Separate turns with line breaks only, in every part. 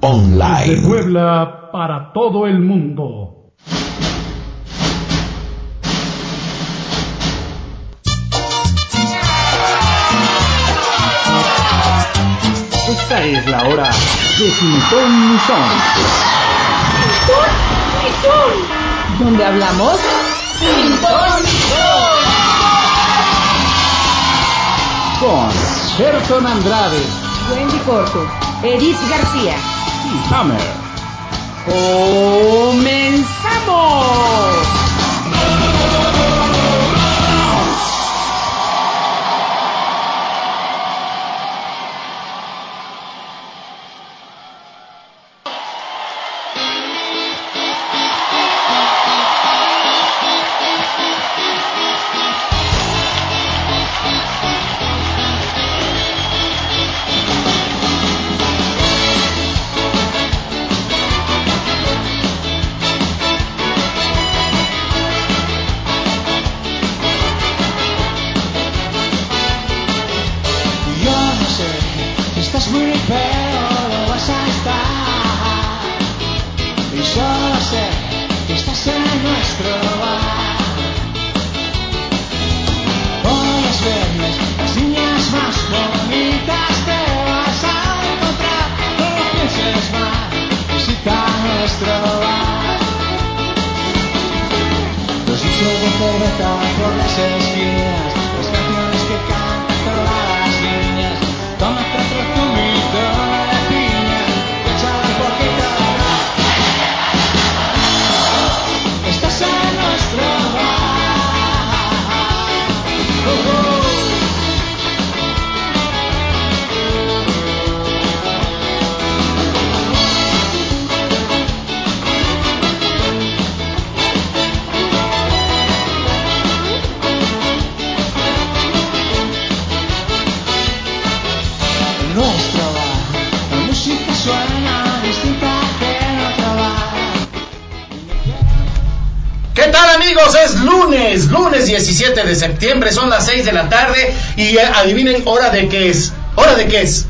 Online.
Desde Puebla para todo el mundo. Esta es la hora de Sintón Nizón,
donde hablamos
con Gerson Andrade
Wendy Corto, Edith García.
y Hammer. ¡Comenzamos!
Yo no sé si estás muy pero lo vas a estar. Y solo sé que estás en el nuestro bar. Hoy es viernes, las niñas más bonitas te vas a encontrar. No lo pienses más, visita nuestro bar. Los usos de cerveza por las esquinas, las canciones que cantan las niñas. Tómate otro zumito de piña, échale un poquito de gas. Estás en nuestro bar. Oh, oh. nuestro bar. La música suena distinta que en otro bar.
¿Qué tal amigos? Es lunes, lunes 17 de septiembre, son las 6 de la tarde y eh, adivinen hora de qué es. ¿Hora de qué es?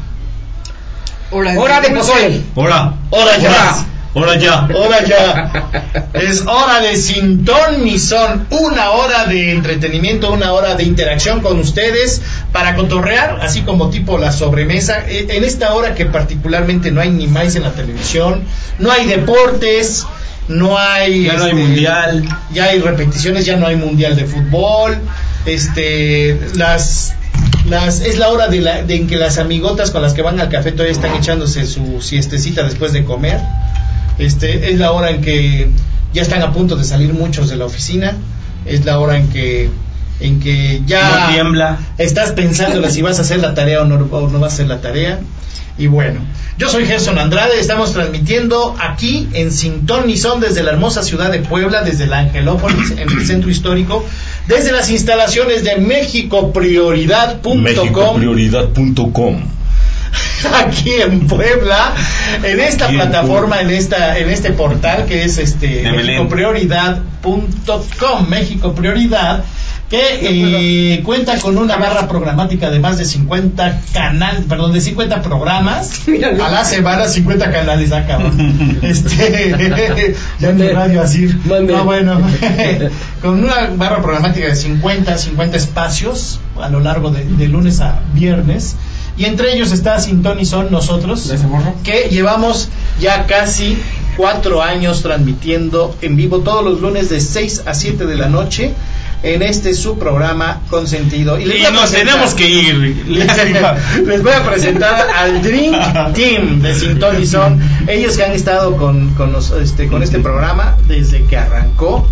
Hola,
Hora de pozole.
Hola.
Hora ya.
Hola ya.
Hora ya. Es hora de Sintón y Son. Una hora de entretenimiento, una hora de interacción con ustedes para cotorrear, así como tipo la sobremesa. E- En esta hora que particularmente no hay ni más en la televisión, no hay deportes, no hay.
Ya no hay
este,
mundial.
Ya hay repeticiones, ya no hay mundial de fútbol. Este, las. Las, es la hora de, la, de en que las amigotas con las que van al café todavía están echándose su siestecita después de comer. Este, es la hora en que ya están a punto de salir muchos de la oficina. Es la hora en que, en que ya
No tiembla.
estás pensando si vas a hacer la tarea o no, o no vas a hacer la tarea. Y bueno, yo soy Gerson Andrade, estamos transmitiendo aquí en Sintón y Son desde la hermosa ciudad de Puebla, desde la Angelópolis, en el centro histórico, desde las instalaciones de mexicoprioridad.com
Mexicoprioridad.com.
aquí en Puebla, en esta
Aquí en
plataforma,
Puebla.
en esta, en este portal que es este
De Belén.
mexicoprioridad.com, México Prioridad, que eh, cuenta con una barra programática de más de 50 canal, perdón, de 50 programas a la semana, 50 canales acá. Este, ya en mi radio así. No, bueno, con una barra programática de 50, 50 espacios a lo largo de, de lunes a viernes. Y entre ellos está Sintón y Son nosotros, que llevamos ya casi cuatro años transmitiendo en vivo todos los lunes de 6 a 7 de la noche en este su programa consentido. les
Y
voy a
nos
presentar-
tenemos que ir. Lástima.
les voy a presentar al Drink Team de Sintón y Son. Ellos que han estado con, con, nos- este, con este programa desde que arrancó.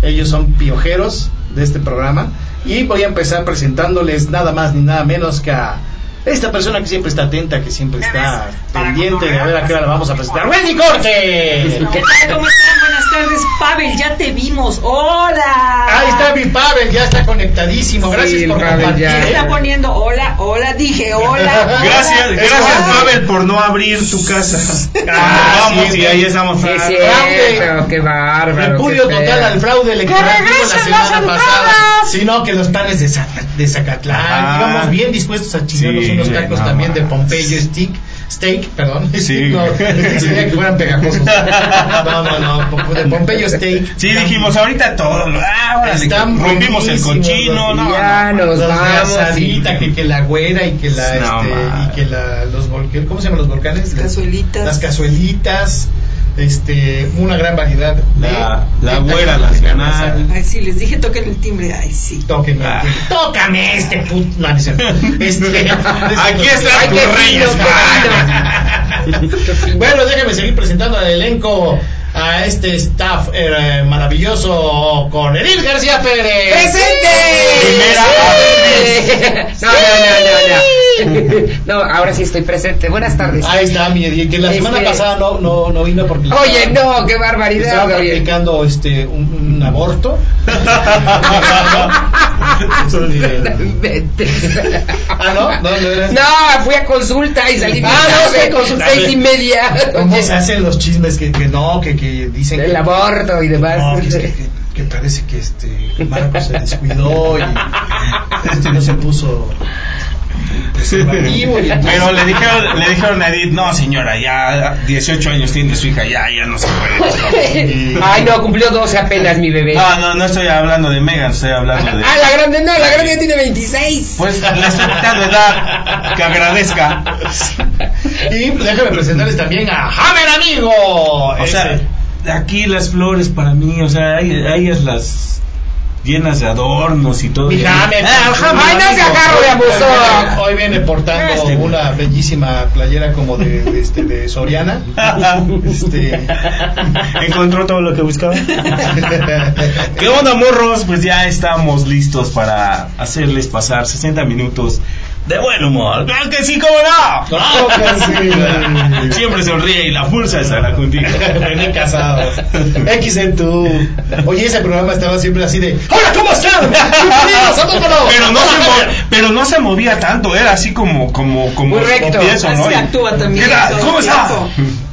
Ellos son piojeros de este programa. Y voy a empezar presentándoles nada más ni nada menos que a Esta persona que siempre está atenta, que siempre está
ves, para
pendiente de a
cotorrear.
ver a qué hora la vamos a presentar. ¡Wendy Corte!
¿Qué tal? ¿Cómo están? Buenas tardes, Pavel, ya te vimos. ¡Hola!
Ahí está mi Pavel, ya está conectadísimo. Gracias
Sí,
por
Pavel,
compartir. ¿eh?
ya.
Me está poniendo hola, hola, dije hola.
Gracias,
hola.
gracias
Ay,
Pavel por no abrir tu casa.
Ah,
vamos
sí,
y ahí estamos. Ah,
Sí, es
grande.
cierto, qué bárbaro.
Repudio
qué
total
feo.
al fraude electoral
¡Que
que hubo
regresen
la
las
semana
entradas!
pasada. Sino que los panes de, Zaca- de Zacatlán.
Ah.
Íbamos bien dispuestos a chingarnos
Sí,
unos tacos
no,
también de
man.
Pompeyo Steak. Steak, perdón.
Sí.
No, sería que fueran pegajosos. No, no, no. De Pompeyo Steak.
Sí, dijimos ahorita todo. Ah, órale,
Están
rompimos el
buenísimos,
cochino.
los-
No,
Ya
no.
nos
Los de
vamos. y-
asadita, que, que la güera y que la,
No,
este,
man.
y que la, los volcanes, ¿cómo se llaman los volcanes?
Cazuelitas.
Las cazuelitas, este, una gran variedad. de-
La- la
de
güera
tacos de carne
nacional.
asada.
Ay, sí, les dije toquen el timbre. Ay, sí.
Tóqueme,
Ah.
tócame este puto. No, no es cierto. Este,
Aquí
Ay,
están
qué
tus reyes.
fino, qué fino. bueno, déjame seguir presentando al elenco, a este staff eh, maravilloso con Edith García Pérez.
¡Presente!
Primera
Sí. No, no, no, no, no. No, ahora sí estoy presente. Buenas tardes.
Ahí está mi Edith, que la
Este-
semana pasada no, no, no vino porque
Oye, no, qué
estaba
barbaridad. oye.
practicando este, un, un aborto. Este,
Vete.
ah, no, no, no era.
No, fui a consulta y salí
Ah,
bien
no,
tarde,
fue a consulta.
seis y media.
¿Cómo se hacen los chismes que, que no, que, que dicen que
El aborto y demás.
No, que, es que- que- que parece que este que Marco se descuidó y este no se puso preservativo y entonces-
Pero le dijeron, le dijeron a Edith, no señora, ya 18 años tiene su hija, ya, ya no se puede.
Ay, no, cumplió 12 apenas mi bebé.
No, no, no estoy hablando de Megan, estoy hablando Ah, de...
Ah, la grande no, la grande ya tiene 26.
Pues la señorita de edad, que agradezca.
y déjame presentarles también a Hammer amigo
O sea, aquí las flores para mí, o sea, ahí- a ellas las llenas de adornos y todo.
mi Hammer
Ah,
Ay, no se agarro de abusó.
hoy viene portando
Este.
una bellísima playera como de, de, este, de Soriana este
Encontró todo lo que buscaba. ¿Qué onda, morros? Pues ya estamos listos para hacerles pasar 60 minutos de buen humor. ¡Claro que sí, cómo no!
Claro que sí.
Siempre sonríe y la fuerza estará contigo.
René Casado. XN tú. Oye, ese programa estaba siempre así de. ¡Hola, cómo están! ¡Bienvenidos a Tócalo!
Pero no, se mo- pero no se movía tanto, era así como como como
Muy recto.
tropiezo, ¿no?
Así actúa también.
Mira,
todo el
¿cómo está?
tiempo.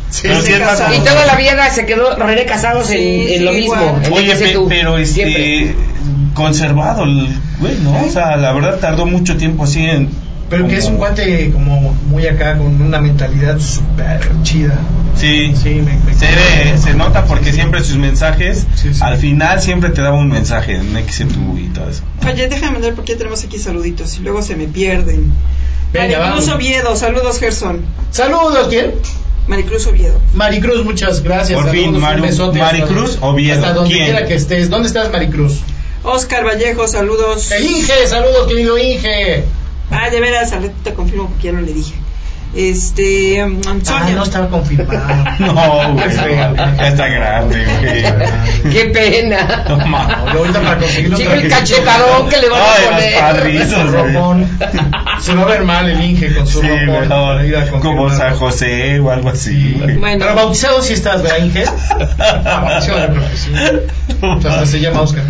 Sí,
Pero
sí,
sí es más
Casado.
Y toda la vida se quedó René Casados en,
Sí,
en lo
sí,
mismo.
igual.
en
Oye,
ese
pe-
tú,
pero este
siempre.
conservado el güey, ¿no? O sea, la verdad tardó mucho tiempo así en
Pero que es un guante como muy acá, con una mentalidad súper chida.
Sí.
Sí, me, me-
Se, ve- se nota porque siempre sus mensajes,
Sí, sí.
al final siempre te daba un mensaje en XMU y todo eso.
Oye, déjame mandar porque ya tenemos aquí saluditos y luego se me pierden.
Venga,
Maricruz
vamos.
Oviedo, saludos Gerson.
Saludos, ¿quién?
Maricruz Oviedo.
Maricruz, muchas gracias.
Por fin,
Saludos, un
Maru-
besote.
Maricruz Oviedo.
Hasta donde
¿Quién?
quiera que estés. ¿Dónde estás, Maricruz?
Oscar Vallejo, saludos.
El Inge, saludos, querido Inge.
Ah, de veras, al rato te confirmo porque ya no le dije. Este, mm, Sonia.
Ah, no estaba confirmado.
No, güey, no, ya está grande, güey.
Qué pena.
No mames.
Oye, ahorita para conseguirlo.
Chico,
otra
el
vez.
cachetadón que le van a
Ay,
poner.
los padrizos, güey.
Ropón. Se va a ver mal el Inge con su
Sí,
ropón.
mejor.
para ir a
Como
confirmar.
San José o algo así. güey.
Bueno,
Pero bautizado sí estás, ¿verdad, Inge? Ah, bautizado yo creo que sí. O sea, hasta se llama Oscar.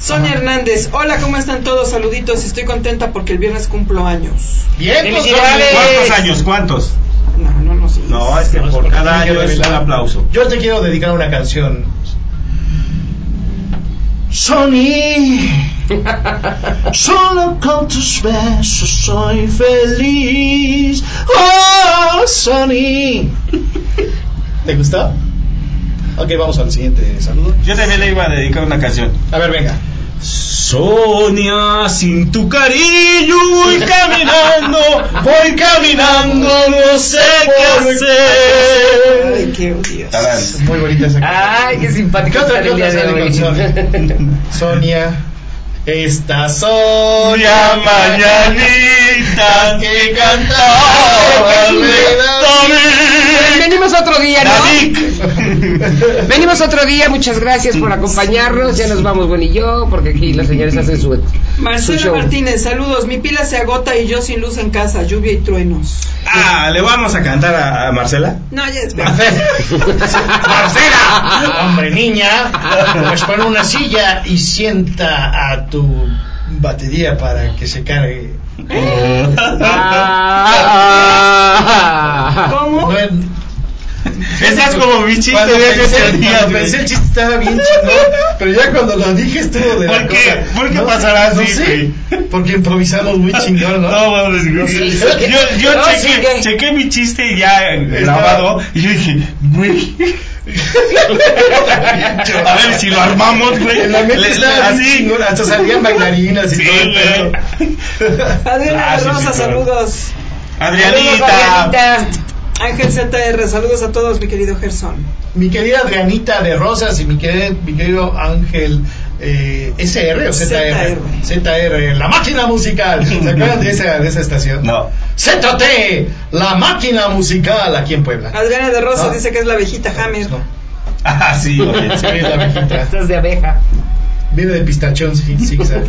Sonia Hernández. Hola, ¿cómo están todos? Saluditos. Estoy contenta porque el viernes cumplo años.
Bien, pues,
Felicidades.
¿Cuántos años? ¿Cuántos?
No, no, no, sí.
No, es que por cada año es un aplauso.
Yo te quiero dedicar una canción. Sony, solo con tus besos soy feliz. Oh, Sony. ¿Te gustó? Ok, vamos al siguiente saludo.
Yo también le iba a dedicar una canción.
A ver, venga.
Sonia, sin tu cariño voy caminando, voy caminando, no sé qué
Ay,
hacer.
qué odio.
Tarán.
Muy bonita esa canción.
Ay, qué simpático
¿Qué otra
estar el día
cosa
de
sale
hoy.
con Sonia? Sonia. Esta Sonia
Sonia,
mañanita
mañanita
que cantaba
Dame
venimos otro día, ¿no?
Dadik.
Venimos otro día, muchas gracias por acompañarnos. Ya nos vamos, bueno y yo, porque aquí los señores hacen su. Su
Marcela
show.
Martínez, saludos. Mi pila se agota y yo sin luz en casa, lluvia y truenos.
Ah, ¿le vamos a cantar a, a Marcela?
No, ya es
Marcela, hombre niña, pues pon una silla y sienta a tu batería para que se cargue.
Ah.
¿Cómo?
No, en-
Estás como mi chiste
cuando
de ese
pensé,
día,
cuando
güey.
pensé el chiste estaba bien chingón, pero ya cuando lo dije estuvo de la
¿Por qué?
cosa.
¿Por qué
No-
pasará
no
así,
sé,
güey?
porque improvisamos muy chingón, ¿no?
No, mames, güey.
Sí, sí, que-
yo yo
no,
chequé,
sí, que-
chequé mi chiste ya grabado y yo dije, güey. a ver si lo armamos, güey.
En la mente
Le-
estaba bien
así.
chingón, hasta salían bailarinas y
Sí,
todo el
güey.
pedo.
Adriana
Ah, sí,
Rosa,
sí, claro.
saludos.
Adrianita.
Ángel ZR, saludos a todos, mi querido Gerson.
Mi querida Adrianita de Rosas y mi querido, mi querido Ángel eh, SR o ZR? ZR. la máquina musical. ¿Se acuerdan de esa, de esa estación?
No.
ZT, la máquina musical aquí en Puebla.
Adriana de Rosa
No.
dice que es la abejita Hammer.
No,
Ah, sí, güey.
sí, es la abejita.
Estás de abeja.
Vive de pistachón zig- zigzag.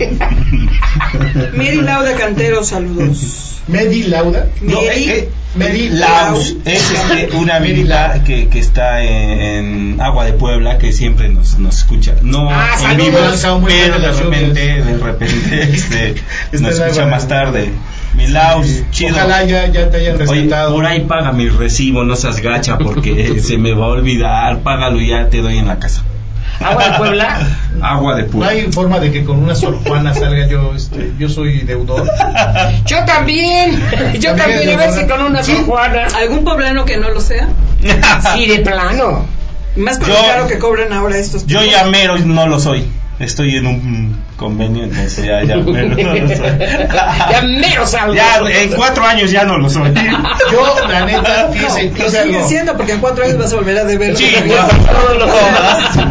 Mary Lauda Cantero, saludos.
Medi Lauda.
No,
Mary
eh, eh,
Medi
Laus es este, una amiga que, que está en, en Agua de Puebla que siempre nos, nos escucha. No
Ah,
en
saludos.
vivo,
Son muy
pero
buenas
de
las
repente,
lluvias.
de repente este,
en
nos escucha
Agua de
más
Puebla.
tarde. Mi Laus, chido.
Ojalá ya, ya te hayan
Oye,
respetado.
por ahí paga mi recibo, no seas gacha porque se me va a olvidar. Págalo y ya te doy en la casa.
Agua de Puebla.
Agua de
no
Puebla.
hay forma de que con una Sor Juana salga yo, este, yo soy deudor.
Yo también. Yo también. A ver si con una Sor Juana.
¿Algún poblano que no lo sea?
Sí, de plano.
Más con lo
Yo-
caro que cobran ahora estos.
Yo ya mero no lo soy. Estoy en un convenio, entonces ya, ya mero no lo soy.
Ya mero salgo.
Ya, eh, en cuatro años ya no lo soy.
Yo, la neta,
No,
fíjese,
lo
hice
sigue
algo.
siendo porque en cuatro años vas a volver a deberlo.
Sí,
Yo-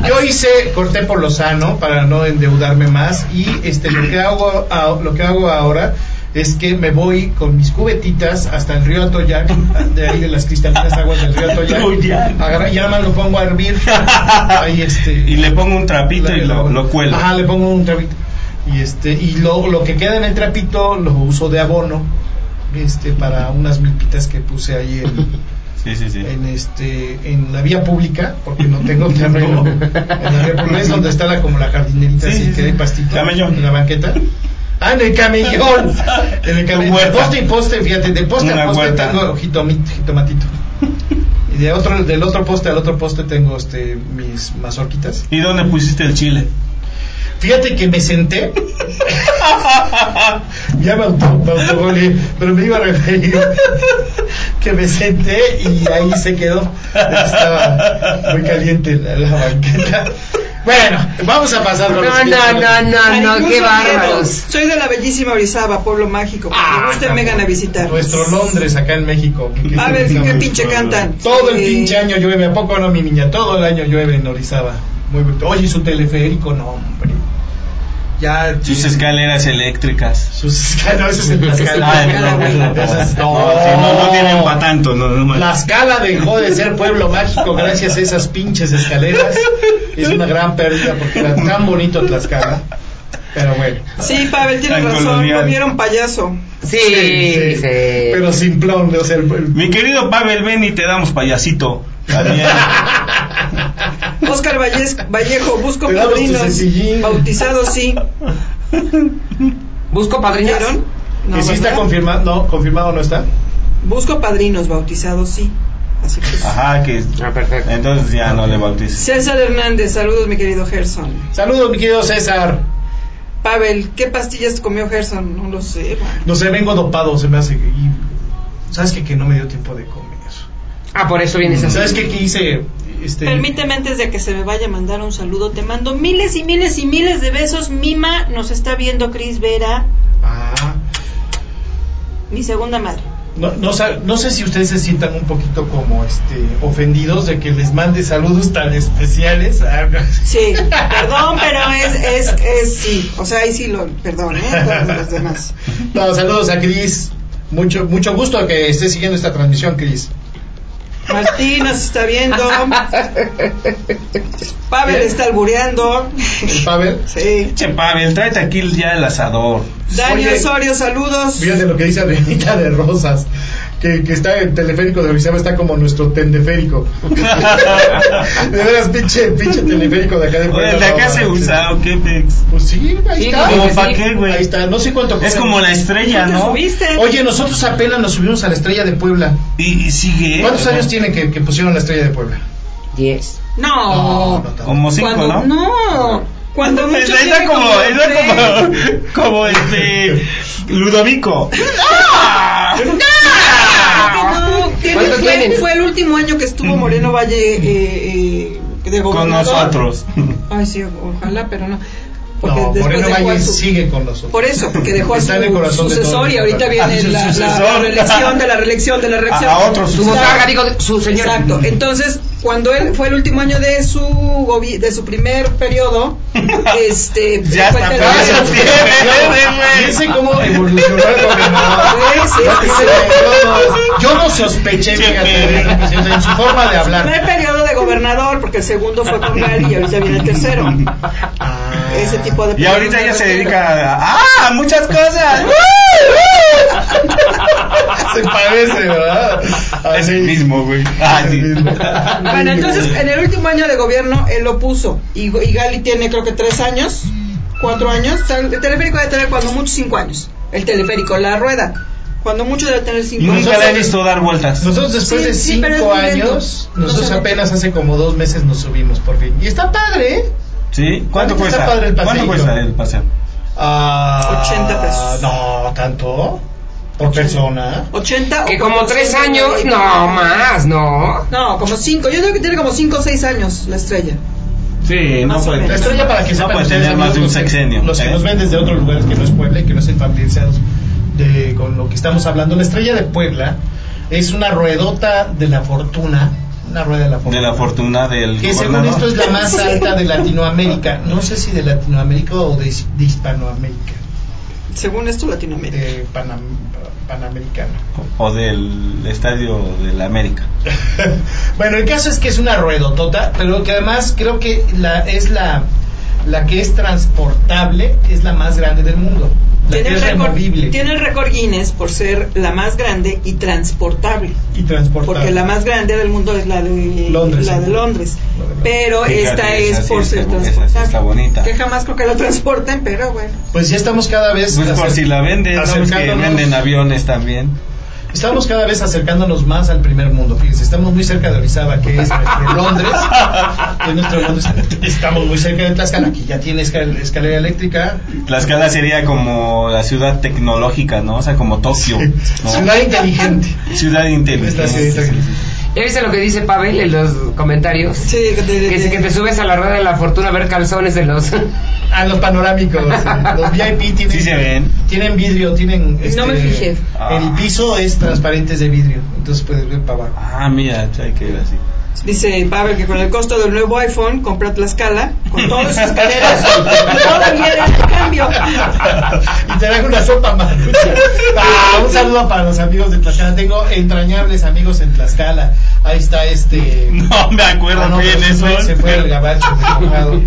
Yo hice, corté por lo sano para no endeudarme más y este lo que hago a- lo que hago ahora es que me voy con mis cubetitas hasta el río Atoyac, de ahí de las cristalinas aguas del río Atoyac,
Atoyac.
agarra, y nada más lo pongo a hervir, ahí este,
Y le pongo un trapito y lo, lo cuelo.
Ajá, le pongo un trapito. Y este, y lo, lo que queda en el trapito lo uso de abono, este, para unas milpitas que puse ahí en,
Sí, sí, sí.
en este en la vía pública porque no tengo terreno en la vía pública es donde está la como la jardinerita
Sí,
así
sí,
que
sí.
hay pastito
Camellón.
en la banqueta ah en el camellón en el camellón de
Huerta.
poste y poste fíjate de poste
Una
a poste
huerta.
tengo jitomi- jitomatito y de otro del otro poste al otro poste tengo este mis mazorquitas
¿Y dónde pusiste el chile?
Fíjate que me senté. ya me auto, me autogoleé, pero me iba a referir que me senté y ahí se quedó. Estaba muy caliente la, la banqueta. Bueno, vamos a pasar con los
No, no, no,
Ay,
Ah, no, no.
mucho
Qué
miedo.
bárbaros.
Soy de la bellísima Orizaba, pueblo mágico.
Ah,
Me gusta
no.
vengan a visitar.
Nuestro Londres acá en México.
A ver qué pinche cantan.
Todo el
Eh,
pinche año llueve, ¿a poco no, mi niña? Todo el año llueve en Orizaba. Muy bonito. Oye, su teleférico, no, hombre. Ya.
Sus escaleras eléctricas.
Sus escaleras, ese Pues, es en Tlaxcala.
Ah, en Tlaxcala.
Ese es-
No, sí, no, no tienen para tanto. No, no,
La escala dejó de ser pueblo mágico gracias a esas pinches escaleras. Es una gran pérdida porque era tan bonito Tlaxcala. Pero bueno.
Sí, Pavel, tienes
Tan
razón.
colonial.
Lo vieron payaso.
Sí,
Sí,
sí.
sí. Pero simplón, o sea, el- el-
Mi querido Pavel, ven y te damos payasito. También.
Oscar Valles- Vallejo, busco
Te damos tu
padrinos.
cepillín.
Bautizados, sí.
Busco padrinos.
¿Vieron? No,
que sí está
¿verdad?
confirmado, no, confirmado no está.
Busco padrinos, bautizados, sí. Así que.
Ajá, que.
Ah, perfecto.
Entonces ya no le bautices.
César Hernández, saludos, mi querido Gerson.
Saludos, mi querido César.
Pavel, ¿qué pastillas comió Gerson? No lo sé. man.
No sé, vengo dopado, se me hace. que- y- ¿Sabes qué? Que no me dio tiempo de comer.
Ah, por eso vienes así.
¿Sabes qué? Que hice. Este,
Permíteme antes de que se me vaya a mandar un saludo. Te mando miles y miles y miles de besos. Mima nos está viendo Cris Vera,
Ah.
mi segunda madre.
No, no, sa- no sé si ustedes se sientan un poquito como este ofendidos de que les mande saludos tan especiales. Ah, no.
Sí, perdón, pero es, es, es sí. O sea, ahí sí lo, perdón, ¿eh? Todos los demás.
No, saludos a Cris. Mucho, mucho gusto que estés siguiendo esta transmisión, Cris.
Martín nos está viendo. Pavel está albureando.
El Pavel.
Sí.
Che, Pavel, tráete aquí ya el asador.
Dani
Oye.
Osorio, saludos.
Fíjate lo que dice Adrianita de Rosas. Que, que está el teleférico de Orizaba, está como nuestro tendeférico. de veras, pinche, pinche teleférico de acá de
Oye,
Puebla,
el de acá
no
se
manches.
usa, ¿o qué pex?
Pues sí, ahí
Sí,
está.
como
¿Cómo
sí.
pa' qué, güey?
Ahí está, no sé cuánto
Es
cobran.
como la estrella,
¿Te
¿no?
subiste?
Oye, nosotros apenas nos subimos a la estrella de Puebla.
Y, y sigue.
¿Cuántos años tiene que, que pusieron la estrella de Puebla?
Diez.
No.
tanto.
Como cinco, ¿no?
Cuando, no. Cuando mucho
Está, está
tiene
como,
como
está
tres.
como, como este Ludovico.
No, que
¿Cuánto
fue,
tienen?
fue el último año que estuvo Moreno Valle eh, eh, de
Con
gobernador.
nosotros.
Ay, sí, ojalá, pero no. Porque
No,
después
Moreno
dejó a
Valle
su-
sigue con nosotros.
Por eso, porque dejó a su
Está en el corazón de
sucesor
todos.
y ahorita viene
Ah, su
la, la-
sucesor.
la reelección de la reelección de la reelección.
A- a otro
Su
Exacto.
botarga, digo, su señor.
Exacto. Entonces, cuando él fue el último año de su gobi- de su primer periodo, este
Ya
fue
está,
el
pero
tercero.
eso tiene, güey.
Fíjense cómo evolucionó el gobernador.
Sí, sí,
Ya te
sí.
sé, yo, no, yo no sospeché,
Sí,
fíjate, en su forma de
Primer
hablar.
periodo de gobernador, porque el segundo fue con Gary y ahorita viene el tercero.
Ah.
Ese tipo de
Y ahorita ya se dedica a, ¡Ah! a muchas cosas.
Se parece, ¿verdad?
Es el mismo, güey. Ah,
Así.
sí.
Bueno, entonces en el último año de gobierno él lo puso y, Go- y Gali tiene creo que tres años, cuatro años. O sea, el teleférico debe tener cuando mucho cinco años. El teleférico, la rueda, cuando mucho debe tener
Y
cinco. años.
nunca la he visto dar vueltas.
Nosotros después
Sí,
de
sí, pero es
cinco
muy lento.
años,
No
nosotros
se ve.
apenas hace como dos meses nos subimos por fin. Y está padre, ¿eh?
¿Sí? ¿Cuánto
Ahorita está
cuesta?
padre el
¿Cuánto
paseíto.
cuesta el paseo?
Ah,
80 pesos.
No, tanto. Por persona.
80 o
Que como tres años, no más, no.
No, como cinco. Yo creo que tiene como cinco o seis años la estrella.
Sí, no
Más o
puede.
menos.
Ah, La estrella para que
No
sepan
puede
ustedes,
tener más de un
amigos, los que-
sexenio.
Los que
¿eh?
nos ven desde otros lugares que no es Puebla y que no estén familiarizados de, con lo que estamos hablando. La estrella de Puebla es una ruedota de la fortuna. Una rueda de la fortuna.
De la fortuna del
Que según esto
gobernador.
es la más alta de Latinoamérica. No sé si de Latinoamérica o de, his- de Hispanoamérica.
Según esto, Latinoamérica.
De Panam- Panamericano.
O del Estadio de la América.
bueno, el caso es que es una ruedotota, pero que además creo que la, es la, la que es transportable, es la más grande del mundo. La que
el
es
récord-
removible
tiene el récord Guinness por ser la más grande y transportable.
y transportable.
Porque la más grande del mundo es la de
Londres,
la de
sí.
Londres.
La de Londres.
Pero
Fíjate,
esta es
esa sí
por
está-
ser
esa sí
transportable.
está bonita.
Que jamás creo que la transporten, pero bueno.
Pues ya estamos cada vez...
Pues por
acer-
si la venden, ¿no? Pues que
acercándonos.
venden aviones también.
Estamos cada vez acercándonos más al primer mundo. Fíjense, estamos muy cerca de Orizaba, que es nuestro Londres. que es nuestro Londres. Estamos muy cerca de Tlaxcala, que ya tiene escal- escalera eléctrica.
Tlaxcala sería como la ciudad tecnológica, ¿no? O sea, como Tokio. ¿no?
Ciudad inteligente.
Ciudad
Es
inteligente.
la ciudad inteligente.
¿Ya viste lo que dice Pavel en los comentarios?
Sí, que te-
Que, si- que te subes a la rueda de la fortuna a ver calzones de los...
Ah, los panorámicos. eh, Los VIP tienen,
Sí se ven.
tienen vidrio, tienen. este,
No me fijé.
Ah.
El piso es transparente es de vidrio, entonces puedes ver para abajo.
Ah, mira, hay que ir así.
Dice Pavel que con el costo del nuevo iPhone compra Tlaxcala con todas sus escaleras todavía era el este cambio.
Y te dan una sopa marucha. Ah, un saludo para los amigos de Tlaxcala. Tengo entrañables amigos en Tlaxcala. Ahí está este.
No me acuerdo
Ah, no,
bien
pero se
eso.
fue- Se fue el gabacho enojado.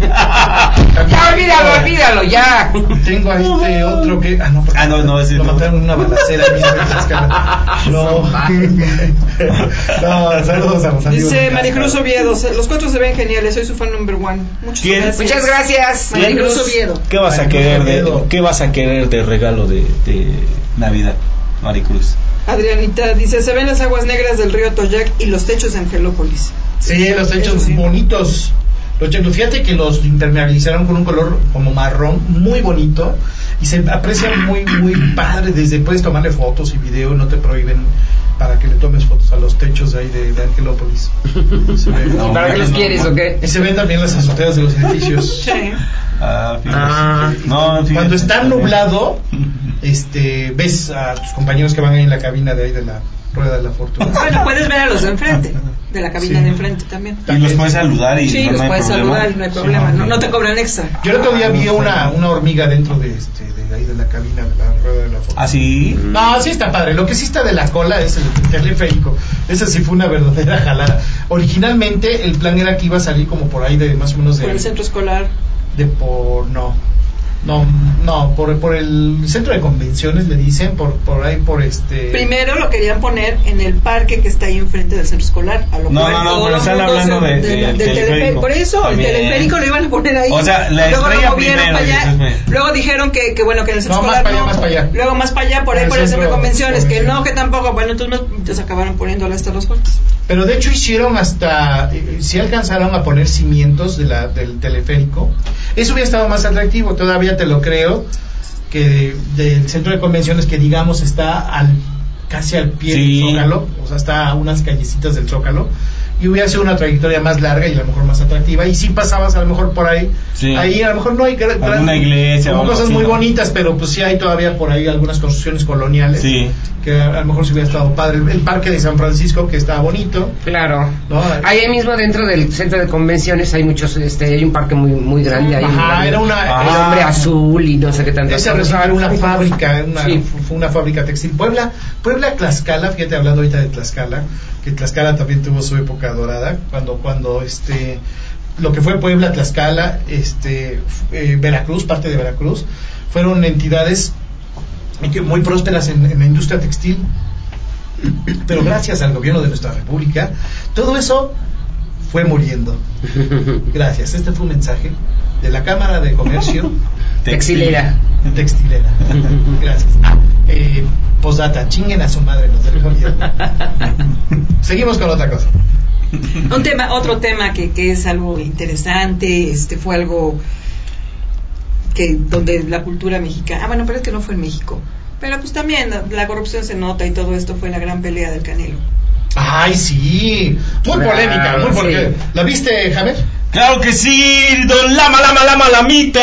ya, olvídalo, olvídalo, ya.
Tengo a este otro que. Ah, no,
Ah, no, no, ese
Lo
no.
mataron en una balacera. aquí en Tlaxcala. No. no, saludos a los amigos.
Dice
de
Maricruz
Tlaxcala.
Oviedo, se- los cuatro se ven geniales, soy su fan number one. Muchas
¿Quién?
gracias.
Muchas gracias.
¿Quién?
Maricruz.
¿Qué vas a
Maricruz
querer de
Oviedo.
qué vas a querer de regalo de, de Navidad, Maricruz?
Adrianita dice, se ven las aguas negras del río Toyac y los techos de Angelópolis.
Sí, los hechos
Eso sí.
bonitos. Los hechos, fíjate que los impermeabilizaron con un color como marrón muy bonito y se aprecia muy, muy padre. Desde puedes tomarle fotos y video, no te prohíben para que le tomes fotos a los techos de ahí de, de Angelópolis. Se ve.
No.
¿Para qué los quieres o qué?
Y se ven también las azoteas de los edificios.
Sí.
Ah, fíjate.
Ah.
no, fíjate.
Cuando está nublado, este, ves a tus compañeros que van ahí en la cabina de ahí de la Rueda de la Fortuna.
Bueno, puedes ver a los de enfrente, de la cabina
Sí.
de enfrente también.
Y los puedes saludar y
Sí,
no,
los
no hay
puedes
problema.
saludar, no hay problema,
Sí,
no, no te cobran extra.
Yo el otro día vi una, una hormiga dentro de, este, de ahí de la cabina de la Rueda de la Fortuna.
¿Ah, sí?
No, sí está padre. Lo que sí está de la cola es el teleférico. Esa sí fue una verdadera jalada. Originalmente el plan era que iba a salir como por ahí de más o menos de...
Por el centro escolar.
de por no no no por, por el centro de convenciones le dicen por por ahí por este
Eh,
Primero lo querían poner en el parque que está ahí enfrente del centro escolar. A lo
No,
cual
no, no,
todo
pero
el
están
mundo
hablando de- del
del
teleférico.
teleférico. Por eso,
También.
el teleférico lo iban a poner ahí.
O sea, la
luego
estrella
lo movieron
primero,
para allá.
dices, me-
Luego dijeron que, que bueno, que en el centro
No, más
escolar
para allá, más para allá.
Luego más para allá, por ahí,
Al
por el centro de
centro
convenciones. Que
convenciones.
no, que tampoco. Bueno, entonces, más- entonces acabaron poniéndole hasta los fuertes.
pero de hecho hicieron hasta eh, si alcanzaron a poner cimientos de la, del teleférico eso hubiera estado más atractivo todavía te lo creo que de- del centro de convenciones que digamos está al casi al pie
Sí.
del zócalo o sea está a unas callecitas del zócalo y hubiera sido una trayectoria más larga y a lo mejor más atractiva y si pasabas a lo mejor por ahí
Sí.
ahí a lo mejor no hay gran- gran-
Alguna iglesia o
como
algo
cosas
así,
muy
¿no?
bonitas pero pues sí hay todavía por ahí algunas construcciones coloniales
Sí.
que a lo mejor se hubiera estado padre. El parque de San Francisco, que estaba bonito,
Claro.
¿no?
Ahí mismo dentro del centro de convenciones hay muchos, este, hay un parque muy, muy grande ahí.
Ajá, era una...
Ajá.
El hombre azul y no sé qué tanto.
Ese recién era una fábrica, una,
Sí.
fue una fábrica textil. Puebla, Puebla Tlaxcala, fíjate hablando ahorita de Tlaxcala, que Tlaxcala también tuvo su época dorada, cuando, cuando este, lo que fue Puebla, Tlaxcala, este, eh, Veracruz, parte de Veracruz, fueron entidades muy prósperas en, en la industria textil, pero gracias al gobierno de nuestra república, todo eso fue muriendo. Gracias. Este fue un mensaje de la Cámara de Comercio
Textilera.
de textilera. Gracias. Ah, eh, postdata, chinguen a su madre los del gobierno. Seguimos con otra cosa.
Un tema, otro tema que, que es algo interesante, este fue algo que donde la cultura mexicana, ah bueno, pero es que no fue en México, pero pues también la, la corrupción se nota y todo esto fue la gran pelea del Canelo.
Ay, sí. Muy
Claro,
polémica, muy
sí.
polémica. ¿La viste, Javier?
¡Claro que sí! ¡Don Lama, Lama, Lama, Lamita!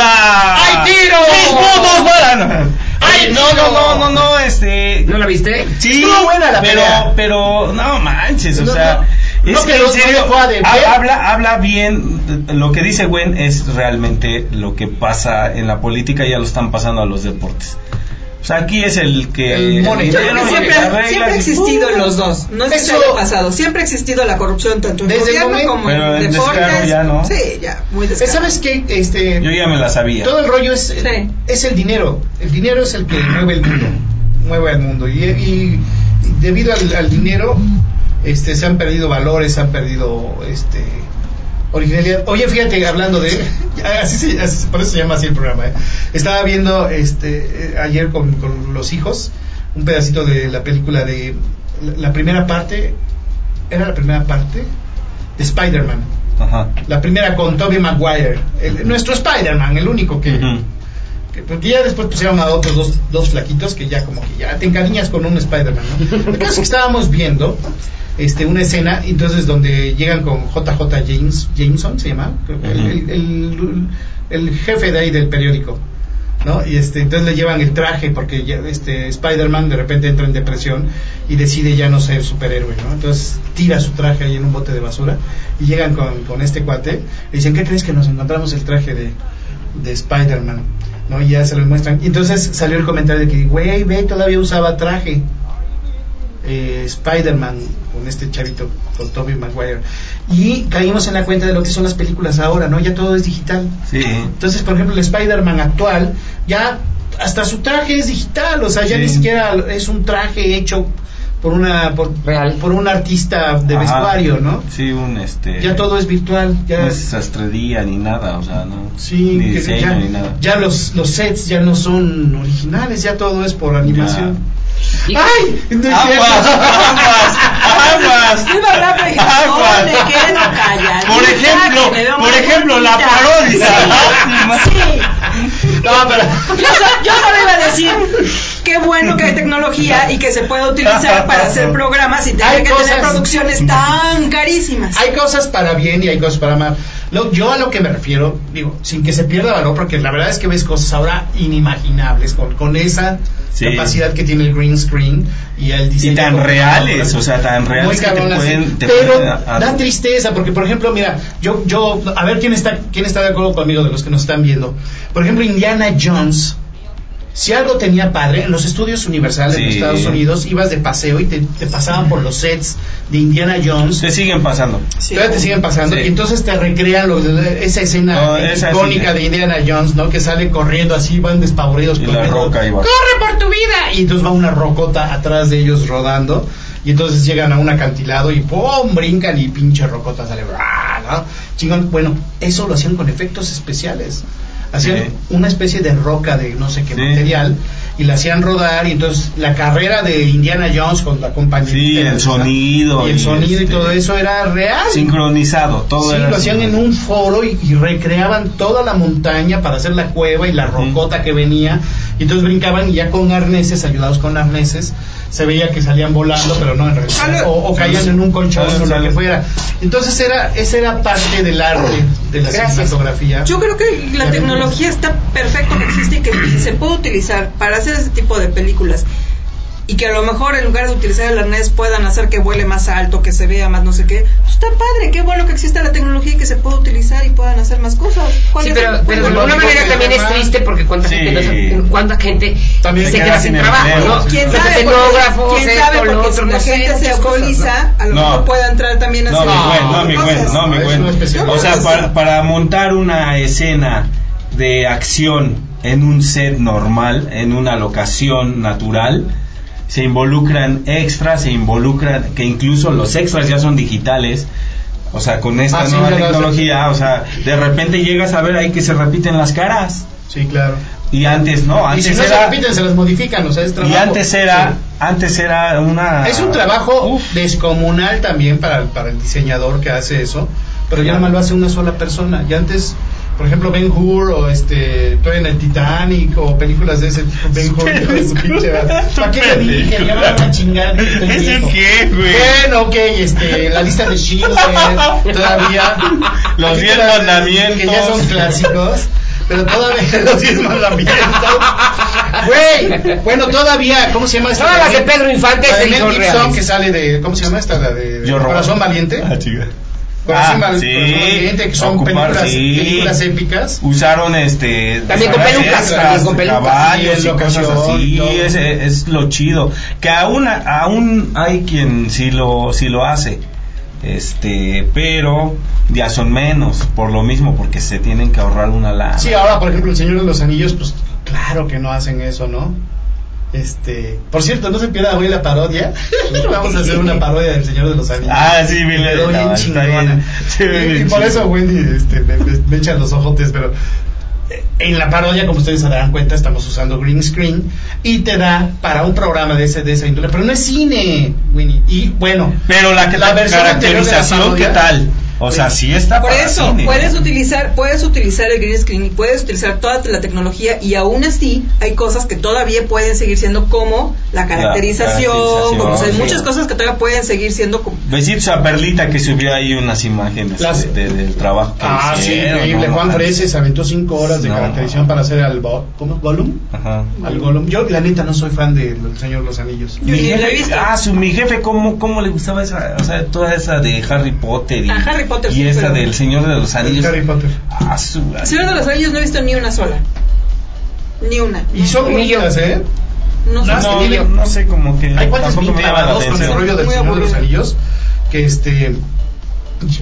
¡Ay, tiro!
¡Mis votos vuelan!
¡Ay,
Oye, no,
tiro!
no, no, no, no, este...
¿No la viste?
Sí,
Estuvo buena la
pero,
pelea.
pero no manches, o
No,
sea,
no.
es
No,
que
pero
en serio,
no dejó a deber.
ha- habla, habla bien, lo que dice Gwen es realmente lo que pasa en la política, ya lo están pasando a los deportes. O sea, aquí es el que...
El money.
Yo creo que
Pero
siempre,
las reglas
siempre ha
y-
existido los dos, no es que se
Eso-
haya pasado, siempre ha existido la corrupción tanto en
Desde el
gobierno
momento-
como
Pero
en
en descaro
deportes.
ya, ¿no?
Sí, ya, muy
Eh,
descarado.
¿Sabes qué? Este,
Yo ya me la sabía.
Todo el rollo es,
Sí.
es el dinero. El dinero es el que mueve el mundo. Mueve al mundo. Y, y- y debido al, al dinero, este, se han perdido valores, se han perdido este, originalidad. Oye, fíjate, hablando de. Así se- así- por eso se llama así el programa. ¿eh? Estaba viendo este, eh, ayer con, con los hijos un pedacito de la película de. La, la primera parte. ¿Era la primera parte? De Spider-Man.
Ajá.
La primera con Tobey Maguire. el- nuestro Spider-Man, el único que.
Ujú.
Que, Porque ya después pusieron a otros dos, dos flaquitos que ya como que ya te encariñas con un Spider-Man, ¿no? El caso es que estábamos viendo este, una escena, entonces donde llegan con JJ James, Jameson, se llama, creo que el, el- el- el jefe de ahí del periódico, ¿no? Y este, entonces le llevan el traje porque ya, este, Spider-Man de repente entra en depresión y decide ya no ser superhéroe, ¿no? Entonces tira su traje ahí en un bote de basura y llegan con, con este cuate, le dicen, ¿qué crees que nos encontramos el traje de, de Spider-Man, ¿no? Y ya se lo muestran. Y entonces salió el comentario de que, güey, ve, todavía usaba traje. eh, Spider-Man con este chavito, con Tobey Maguire. Y caímos en la cuenta de lo que son las películas ahora, ¿no? Ya todo es digital.
Sí.
Entonces, por ejemplo, el Spider-Man actual, ya hasta su traje es digital, o sea, ya
Sí.
ni siquiera es un traje hecho por una por,
Real.
por un artista de
Ajá.
vestuario, ¿no?
Sí, un este...
Ya todo es virtual, ya
No es sastrería ni nada, o sea, no...
Sí,
ni
que
diseño
ya,
ni nada.
ya los, los sets ya no son originales, ya todo es por animación.
Y-
¡Ay! No es
Aguas,
cierto.
aguas, aguas.
Iba a hablar, pero dije, no, me quedo calladita,
Por ejemplo,
que me veo
por
más
ejemplo, la
bonita.
parodia.
Sí.
No, pero-
Yo, so- yo solo iba a decir qué bueno que hay tecnología y que se puede utilizar para hacer programas y tener
Hay
que tener
cosas-
producciones tan carísimas.
hay cosas para bien y hay cosas para mal. Lo- yo a lo que me refiero, digo, sin que se pierda valor, porque la verdad es que ves cosas ahora inimaginables con, con esa
Sí.
capacidad que tiene el green screen, y al
Y
diseño.
tan
como-
reales, o sea, tan
Muy
reales que te
cabrón, así.
pueden. Te
pero
pueden a- a-
da tristeza porque por ejemplo mira yo yo a ver quién está quién está de acuerdo conmigo de los que nos están viendo por ejemplo Indiana Jones si algo tenía padre, en los estudios universales de
Sí.
Estados Unidos ibas de paseo y te, te pasaban por los sets de Indiana Jones.
te siguen pasando.
Todavía te siguen pasando
Sí.
y entonces te recrean los- esa escena
No, esa
icónica
sí.
de Indiana Jones, ¿no? Que sale corriendo así, van despavoridos.
Y la
corriendo.
roca ahí va.
¡Corre por tu vida! Y entonces va una rocota atrás de ellos rodando y entonces llegan a un acantilado y ¡pum! brincan y pinche rocota sale. ¡bra! ¿no? Chingón. Bueno, eso lo hacían con efectos especiales. Hacían
Sí.
una especie de roca de no sé qué
Sí.
material y la hacían rodar y entonces la carrera de Indiana Jones con la compañía
Sí, el sonido
y el
y
sonido y
este-
todo eso era real
Sincronizado, todo
sí,
era
lo hacían en
sincronizado.
un foro y, y recreaban toda la montaña para hacer la cueva y la rocota que venía. Y entonces brincaban y ya con arneses, ayudados con arneses, se veía que salían volando, pero no en realidad. O, o caían en un colchón
Sale,
o lo
sale.
que fuera. Entonces era, esa era parte del arte de la
Gracias.
cinematografía.
Yo creo que la tecnología está perfecta que existe y que se puede utilizar para hacer ese tipo de películas. Y que a lo mejor en lugar de utilizar el arnés puedan hacer que vuele más alto, que se vea más no sé qué. Pues está padre, qué bueno que exista la tecnología y que se pueda utilizar y puedan hacer más cosas. ¿Cuál
Sí,
es
pero,
el-
pero de
cuál-
alguna
único
manera
que
también es
además-
triste porque cuánta
Sí.
gente, no se- cuánta gente
También
se
se
queda
queda
sin
sin
trabajo,
empleo.
¿no?
¿Quién
Los
sabe?
escenógrafos,
porque, ¿quién
esto,
sabe?
lo
Porque
otro,
si la
no sé,
gente se
muchas cosas,
alcoholiza, a lo
No.
mejor pueda entrar también a
No,
hacer
mi buen, no, mi buen, no, mi
es
buen.
una especialidad.
O sea, para, para montar una escena de acción en un set normal, en una locación natural, se involucran extras, se involucran, que incluso los extras ya son digitales. O sea, con esta
Ah, sí,
nueva
ya lo hacen.
tecnología, o sea, de repente llegas a ver ahí que se repiten las caras.
Sí, claro.
Y antes no,
y
antes
si no se
era.
repiten, se las modifican, o sea, es
y
trabajo.
antes era,
Sí.
antes era una.
Es un trabajo descomunal también para, para el diseñador que hace eso, pero ya nada más lo hace una sola persona. Y antes, por ejemplo, Ben Hur o este, tú en el Titanic o películas de ese tipo, Ben Hur, hijo de su pinche madre. ¿Para qué le dije? Ya me van a chingar. que estoy viejo.
qué, güey?
Bueno, ok, este, la lista de Schindler, todavía.
Los
Aquí
diez
todavía-
mandamientos.
Que ya son clásicos. Pero todavía los 10 mandamientos. Güey, bueno, todavía, ¿cómo se llama este esta?
Todas las de
también?
Pedro Infante
La de
se
Mel
hizo
Gibson
reales.
que sale de, ¿cómo se llama esta? La de
Yo robo.
Corazón Valiente.
Ah, chica.
Corazón,
Ah,
Val-
sí.
Corazón Valiente, que son
Ocupar,
películas,
sí.
películas épicas.
usaron este
También con
disfraces, este,
pelucas, también con pelucas.
caballos
Sí,
y cosas
locación,
así
todo.
es, es lo chido que aún aún hay quien sí lo sí lo hace este pero ya son menos por lo mismo porque se tienen que ahorrar una lana
Sí, ahora, por ejemplo, El Señor de los Anillos, pues claro que no hacen eso, ¿no? Este, por cierto, no se pierda hoy la parodia. Vamos a hacer una parodia del Señor de los Anillos.
ah sí
Me
bien,
quedó bien
está
chingona.
bien. Sí, bien
Y- y por
chingona.
eso Wendy este, me, me- me echa los ojotes, pero eh, en la parodia, como ustedes se darán cuenta, estamos usando green screen y te da para un programa de, ese, de esa índole, pero no es cine, Winnie. Y bueno,
pero la,
La
la
versión anterior de la
caracterización qué
parodia.
tal o sea sí está
Por
para
eso,
cine.
puedes utilizar, puedes utilizar el green screen y puedes utilizar toda la tecnología y aún así hay cosas que todavía pueden seguir siendo como la caracterización,
caracterización,
como o sea, hay
sí.
muchas cosas que todavía pueden seguir siendo como...
Besitos a Perlita que subió ahí unas imágenes
Las-
de- de- del trabajo que
ah, sí,
hicieron,
increíble.
¿no?
Juan Freses aventó cinco horas de
No. Mm.
caracterización para hacer al Bo- ¿cómo? Gollum.
Ajá.
Al Gollum. Yo, la neta, no soy fan de El Señor de los Anillos.
Yo ni la he visto.
Ah, su mi jefe, ¿cómo, cómo le gustaba esa, o sea, toda esa de Harry Potter y,
Ah, Harry Potter,
y
sí,
esta
pero-
del Señor de los Anillos?
Harry Potter.
Ah, su-
El Señor de los Anillos no he visto ni una sola. Ni una.
Y son
Ni yo.
bonitas, ¿eh?
No sé.
no,
Ni
no,
yo.
no sé, como que
Hay cuantos bien
tampoco me llama la
clavados con el
atención.
rollo del
Muy
Señor de los
aburrido.
Anillos que este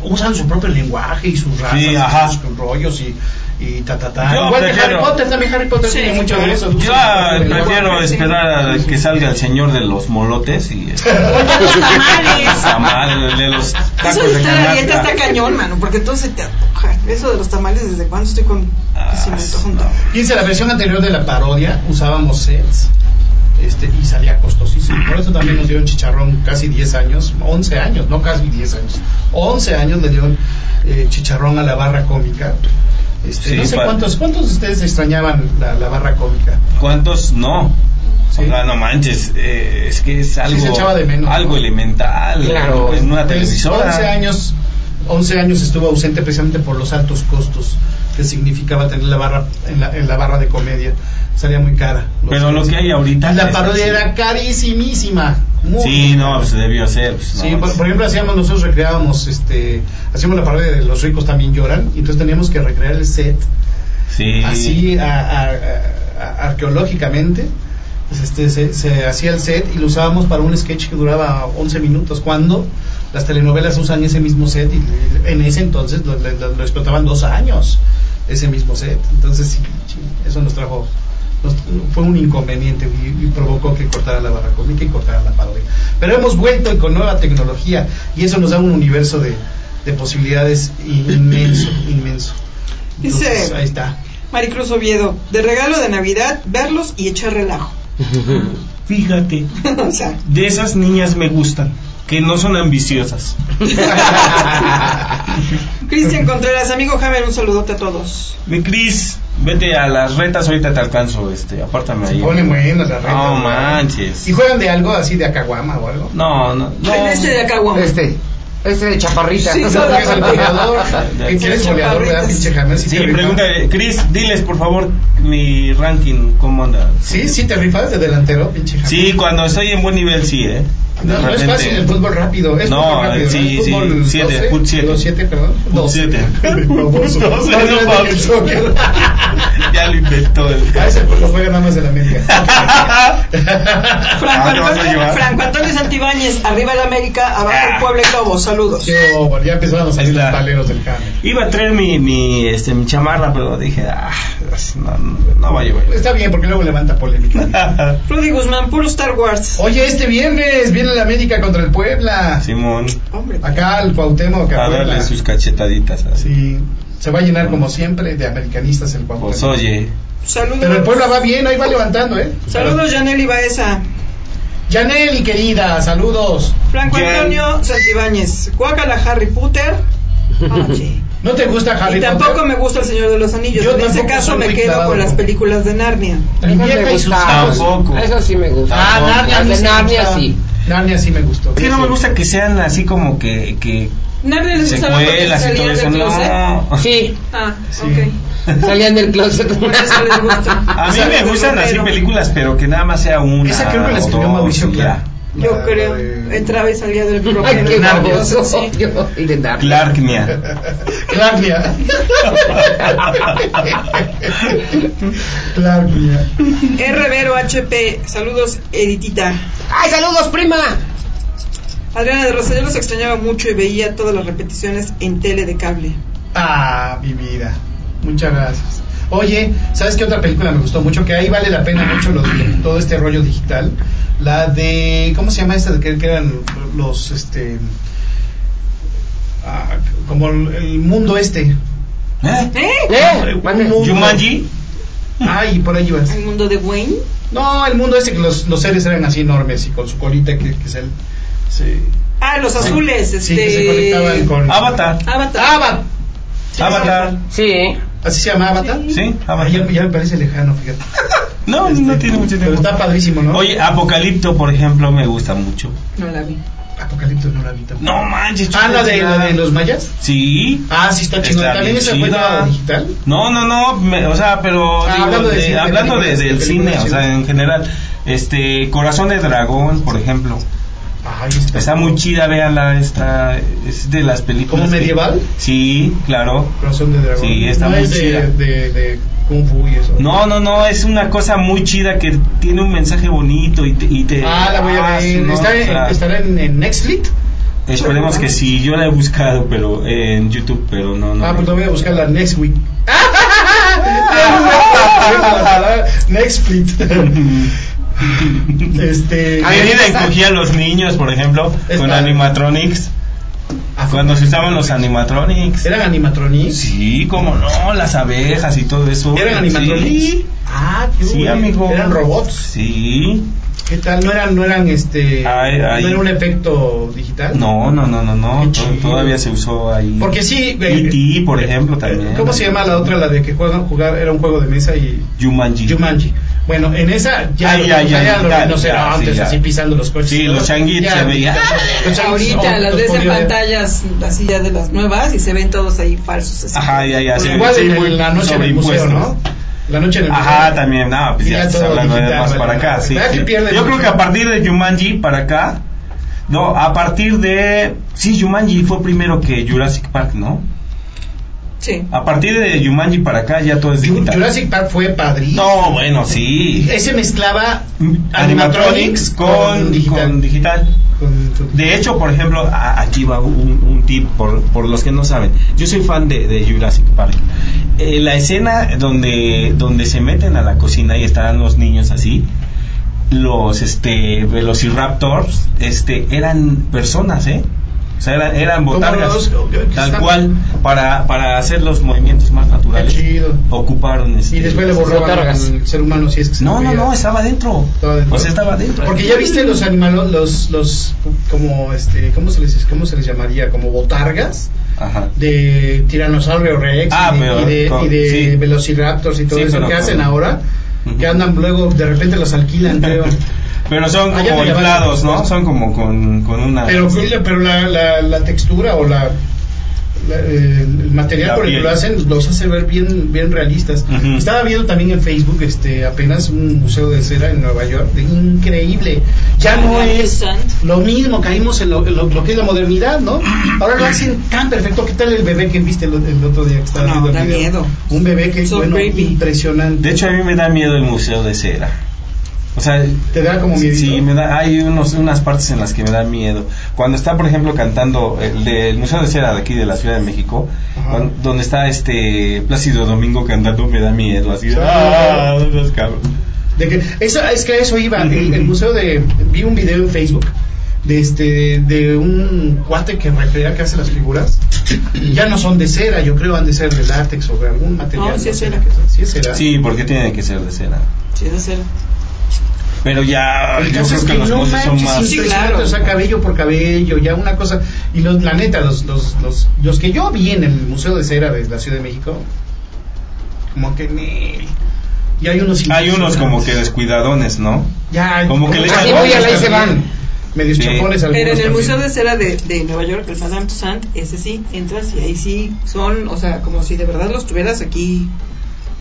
usan su propio lenguaje y sus razas,
Sí,
y
ajá.
sus rollos y y ta ta ta.
Yo
Igual que
prefiero-
Harry Potter también Harry Potter
Sí.
tiene mucho de eso.
Yo ah,
usan su propio
prefiero
lenguaje.
esperar a que salga el señor de los molotes y este,
tamales.
tamal, el de los
Eso
tacos
de
de
estar a dieta
canasta.
está cañón, mano, porque entonces te antoja. Eso de los tamales, ¿desde cuándo estoy con...
Ah,
si me antoja un
no.
tamal?
Fíjense, la versión anterior de la parodia usábamos sets este, y salía costosísimo. Por eso también nos dieron chicharrón casi 10 años, 11 años, no casi 10 años, 11 años le dieron eh, chicharrón a la barra cómica. Este,
Sí,
no sé
pa-
cuántos, cuántos de ustedes extrañaban la, la barra cómica.
¿Cuántos no?
Sí.
O sea, no manches, eh, es que es algo,
se echaba de menos,
algo
¿no?
elemental.
Claro.
En una
Pues,
televisora.
11 años, 11 años estuvo ausente precisamente por los altos costos que significaba tener la barra en la, en la barra de comedia. Sería muy cara.
Pero lo que hay ahorita.
La
es
parodia
así.
era carísimísima. Muy
Sí, no, pues, se debió hacer. pues, no,
Sí, por,
pues,
por ejemplo, hacíamos, nosotros recreábamos, este, hacíamos la parodia de Los ricos también lloran, y entonces teníamos que recrear el set
sí.
así a- a- a- a- arqueológicamente. Pues, este, se, se hacía el set y lo usábamos para un sketch que duraba 11 minutos, cuando las telenovelas usan ese mismo set y le- en ese entonces lo, le- lo- lo explotaban dos años, ese mismo set. Entonces, sí, sí, eso nos trajo, nos- fue un inconveniente y, y provocó que cortara la barra cómica y cortara la parodia. Pero hemos vuelto y con nueva tecnología y eso nos da un universo de, de posibilidades inmenso, inmenso.
Dice-
Entonces, ahí está.
Maricruz Oviedo, de regalo de Navidad, verlos y echar relajo.
Fíjate,
o sea,
de esas niñas me gustan, que no son ambiciosas.
Cristian Contreras, amigo Javier, un saludote a todos.
Mi Cris, vete a las retas, ahorita te alcanzo, este, apártame ahí.
Pone buenas las rentas.
No manches.
¿Y juegan de algo así de acaguama o algo?
No, no, no.
En este de Acahuama.
Este, este de chaparrita.
Sí,
No, porque es el goleador.
Sí,
Que eres goleador, ¿verdad,
chaparritas.
pinche Jamer? Sí,
Sí,
te rifas.
pregunta, Cris, diles por favor mi ranking, ¿cómo anda?
Sí, sí, te rifas de delantero, pinche Jamer.
Sí, cuando estoy en buen nivel, sí, ¿eh? De
No, no es
repente-
fácil el fútbol rápido. Es
No,
fútbol rápido,
sí,
¿no? Es
sí,
fútbol
siete,
12,
fut siete.
digo, siete, perdón.
Fut
Doce.
siete.
Baboso.
Doce,
Más
no
grande
mames.
que el soccer.
Ya lo inventó el.
A ese pues, lo juega nada más en América.
Franco,
Ah, ¿te vas a
Antonio,
llevar?
Franco Antonio Santibáñez, arriba el América, abajo el Puebla y Lobo, saludos.
Qué bobo, ya empezaron a salir
Ahí
los
está.
paleros del Jamer.
Iba a traer mi, mi, este, mi chamarra, pero dije, ah, no, no va a llover.
Está bien, porque luego levanta polémica.
Rudy Guzmán, puro Star Wars.
Oye, este viernes viene la América contra el Puebla.
Simón,
Hombre,
Acá al Cuauhtémoc. a
a
Puebla.
darle sus cachetaditas así.
Sí, se va a llenar como siempre de americanistas el Cuauhtémoc.
Pues oye,
saludos.
Pero el Puebla va bien, ahí va levantando, ¿eh?
Saludos, Janel Ibaeza.
Yaneli, querida, saludos.
Franco
Jan-
Antonio Santibáñez, guácala Harry Potter. Ah, Oye.
¿No te gusta Harry
Y tampoco me gusta El Señor de los Anillos.
Ah, Yo
en ese
tampoco
caso
soy
me
muy
quedo
clavado.
con las películas de Narnia.
me... Mi
Esas
vieja
me
y sus
gustaban.
hijos.
Tampoco.
Eso sí me gusta.
Ah, Narnia, a mí
Las de
me
Narnia
gustaban.
sí.
Narnia sí me gustó.
sí, no me gusta que sean así como que, que
Narnia les gusta
secuelas y todo eso. No.
Sí,
¿eh? Ah,
Sí.
ok.
salían del closet.
Por eso les gusta.
A mí me gustan así películas, pero que nada más sea una.
Esa creo que la
o
escribió
dos,
Mauricio
y
Clark.
Yo
La
creo.
de-
Entraba y salía del propio.
Ay, qué
Narnia.
baboso. Yo, y de
ya.
Narnia.
Clarknia.
Clarnia. Clarnia.
R. Vero HP. Saludos, Editita.
¡Ay, saludos, prima!
Adriana de Rosa, yo los extrañaba mucho y veía todas las repeticiones en tele de cable.
Ah, mi vida. Muchas gracias. Oye, ¿sabes qué otra película me gustó mucho? Que ahí vale la pena mucho lo de- todo este rollo digital. La de. ¿Cómo se llama esta? De que, que eran los. este ah, Como el, el mundo este.
¿Eh?
¿Eh?
¿Eh?
Un
mande.
mundo-
Jumanji.
Ay, por ahí ibas.
El mundo de Wayne.
No, el mundo este que los, los seres eran así enormes y con su colita que, que se, se-
Ah, los azules.
sí,
este...
que se conectaban con.
Avatar.
Avatar.
Avatar.
Avatar.
Sí.
¿Así se llama Avatar?
Sí,
Ah, ya,
Avatar.
ya me parece lejano, fíjate.
No, no tiene mucho
Pero
tiempo.
está padrísimo, ¿no?
Oye, Apocalipto, por ejemplo, me gusta mucho.
No la vi.
Apocalipto no la vi tampoco.
No manches.
Ah, la de,
chula.
la de los mayas.
Sí.
Ah, sí, está chingón.
Está
También
bien
esa fue
chida.
nueva digital.
No, no, no, me- o sea, pero
Ah,
digo,
hablando de
de-
cine,
hablando de-
películas,
del
películas
cine, o
chidas.
sea, en general, este Corazón de Dragón, por ejemplo,
Ay, está,
está muy chida, véanla, está es de las películas
¿Como
que-
medieval?
Sí, claro.
Corazón de dragón.
Sí, está
no
muy
es de-
chida.
De, de, Kung Fu y eso.
No, no, no, es una cosa muy chida que tiene un mensaje bonito y te... y te-
Ah, la voy a
ah,
ver.
no,
¿Está
o
en-
sea,
¿Estará en, en Netflix?
Esperemos que sí, yo la he buscado pero eh, en YouTube, pero no, no.
Ah, pues la voy a buscar la Next Week. Netflix. este.
A medida encogía a los niños, por ejemplo,
Es
con
padre.
animatronics.
Ah,
Cuando se usaban los animatronics.
¿Eran animatronics?
Sí, cómo no, las abejas y todo eso.
¿Eran animatronics?
Sí,
Ah, qué
sí,
bueno.
amigo.
Eran robots.
Sí.
¿Qué tal? ¿No eran, no eran este.
Ay, ay.
¿No era un efecto digital?
No, no, no, no,
Qué
no.
chido.
to- Todavía se usó ahí.
Porque sí. eh,
E.T., por ejemplo, también.
¿Cómo se llama la otra? La de que juegan jugar, era un juego de mesa y
Jumanji.
Jumanji. Bueno, en esa ya,
Ay,
los-
ay,
ya
ay,
eran los
ya,
rinocerontes
ya, sí, ya.
así pisando los coches.
Sí, los changuitos
Ya,
se veían.
los changuitos,
Ahorita
oh,
las
los
ves en
podía ver.
pantallas así ya de las nuevas y se ven todos ahí falsos. así.
Ajá, ya, ya. se-
Pues Igual
sí,
en
muy
la noche en el museo,
sobreimpuestos.
¿no? La noche del
Ajá, también, no, pues
Y
ya
ya
estás
todo
hablando de
digital,
más
¿verdad?
para acá, sí.
¿Verdad que
sí.
pierde
Yo creo
mucho?
que a partir de Jumanji para acá, no, a partir de, sí, Jumanji fue primero que Jurassic Park, ¿no?
Sí.
A partir de Jumanji para acá ya todo es
Ju-
digital.
Jurassic Eh, Park fue padrísimo.
No, bueno, sí.
Ese mezclaba
Animatronics con, con digital.
Con- con-
De hecho, por ejemplo, a- aquí va un, un tip por, por los que no saben. Yo soy fan de, de Jurassic Park. Eh, la escena donde, donde se meten a la cocina y están los niños así, los este, velociraptors este, eran personas, ¿eh? O sea, eran, eran
Como
botargas.
los-
tal cual, para, para hacer los movimientos más
Qué
naturales.
chido.
ocuparon este,
Y después le borró
Botargas.
al ser humano si es que se
no, no,
movía.
no, estaba dentro.
Estaba dentro.
O sea, estaba dentro.
Porque ya viste los animales, los, los, como, este, ¿cómo se les, cómo se les llamaría? Como botargas
Ajá.
de tiranosaurio rex
Ah,
y de,
pero
y de-
con-
y de
sí.
velociraptors y todo
Sí,
eso
pero
que
con-
hacen ahora,
Ujú.
que andan luego, de repente los alquilan, creo.
Pero son
Ah, ya
como
te llamaste.
inflados, ¿no? Son como con, con una...
pero pero la, la, la textura o la, la, eh, el material
La
con el que
piel.
lo hacen los hace ver bien, bien realistas.
Ujú.
Estaba viendo también en Facebook este apenas un museo de cera en Nueva York, de- increíble.
Ah,
Ya Ah, no es lo mismo, caímos en lo, en lo- lo que es la modernidad, ¿no? Ahora lo hacen tan perfecto. ¿Qué tal el bebé que viste el, el otro día que estaba
No,
viendo el
da
video?
miedo.
Un bebé que es
So
bueno,
creepy.
impresionante.
De hecho, a mí me da miedo el museo de cera. O sea,
Te da como miedo.
sí, me da, hay unos, unas partes en las que me da miedo. Cuando está, por ejemplo, cantando el, de- el Museo de Cera de aquí de la Ciudad de México,
Ajá.
cuando- donde está este Plácido Domingo cantando, me da miedo. Así de,
Sí.
ah, no seas cabrón.
De que, eso, es que a eso iba. El, el museo de. Vi un video en Facebook de, este, de un cuate que recrea que hace las figuras. Y ya no son de cera, yo creo han de ser de látex o de algún material.
No, Oh, sí es
sé
cera.
qué son. Sí es cera.
Sí, porque tiene que ser de cera.
Sí, eso era.
Pero ya,
El
yo
caso
creo
es
que,
que
los
no
museos son
manches,
más.
impresionante,
claro.
O sea, cabello por cabello, ya una cosa. Y los, la neta, los, los, los, los que yo vi en el Museo de Cera de la Ciudad de México, como que. ne. Y hay unos.
Hay unos como que
impresionantes.
descuidadones, ¿no?
Ya,
como que le
Así muy a la y se van.
Medio
Sí.
chafones
Pero en el
algunos
Museo de
también.
Cera de, de Nueva York, el Madame Tussauds, ese sí, entras y ahí sí son, o sea, como si de verdad los tuvieras aquí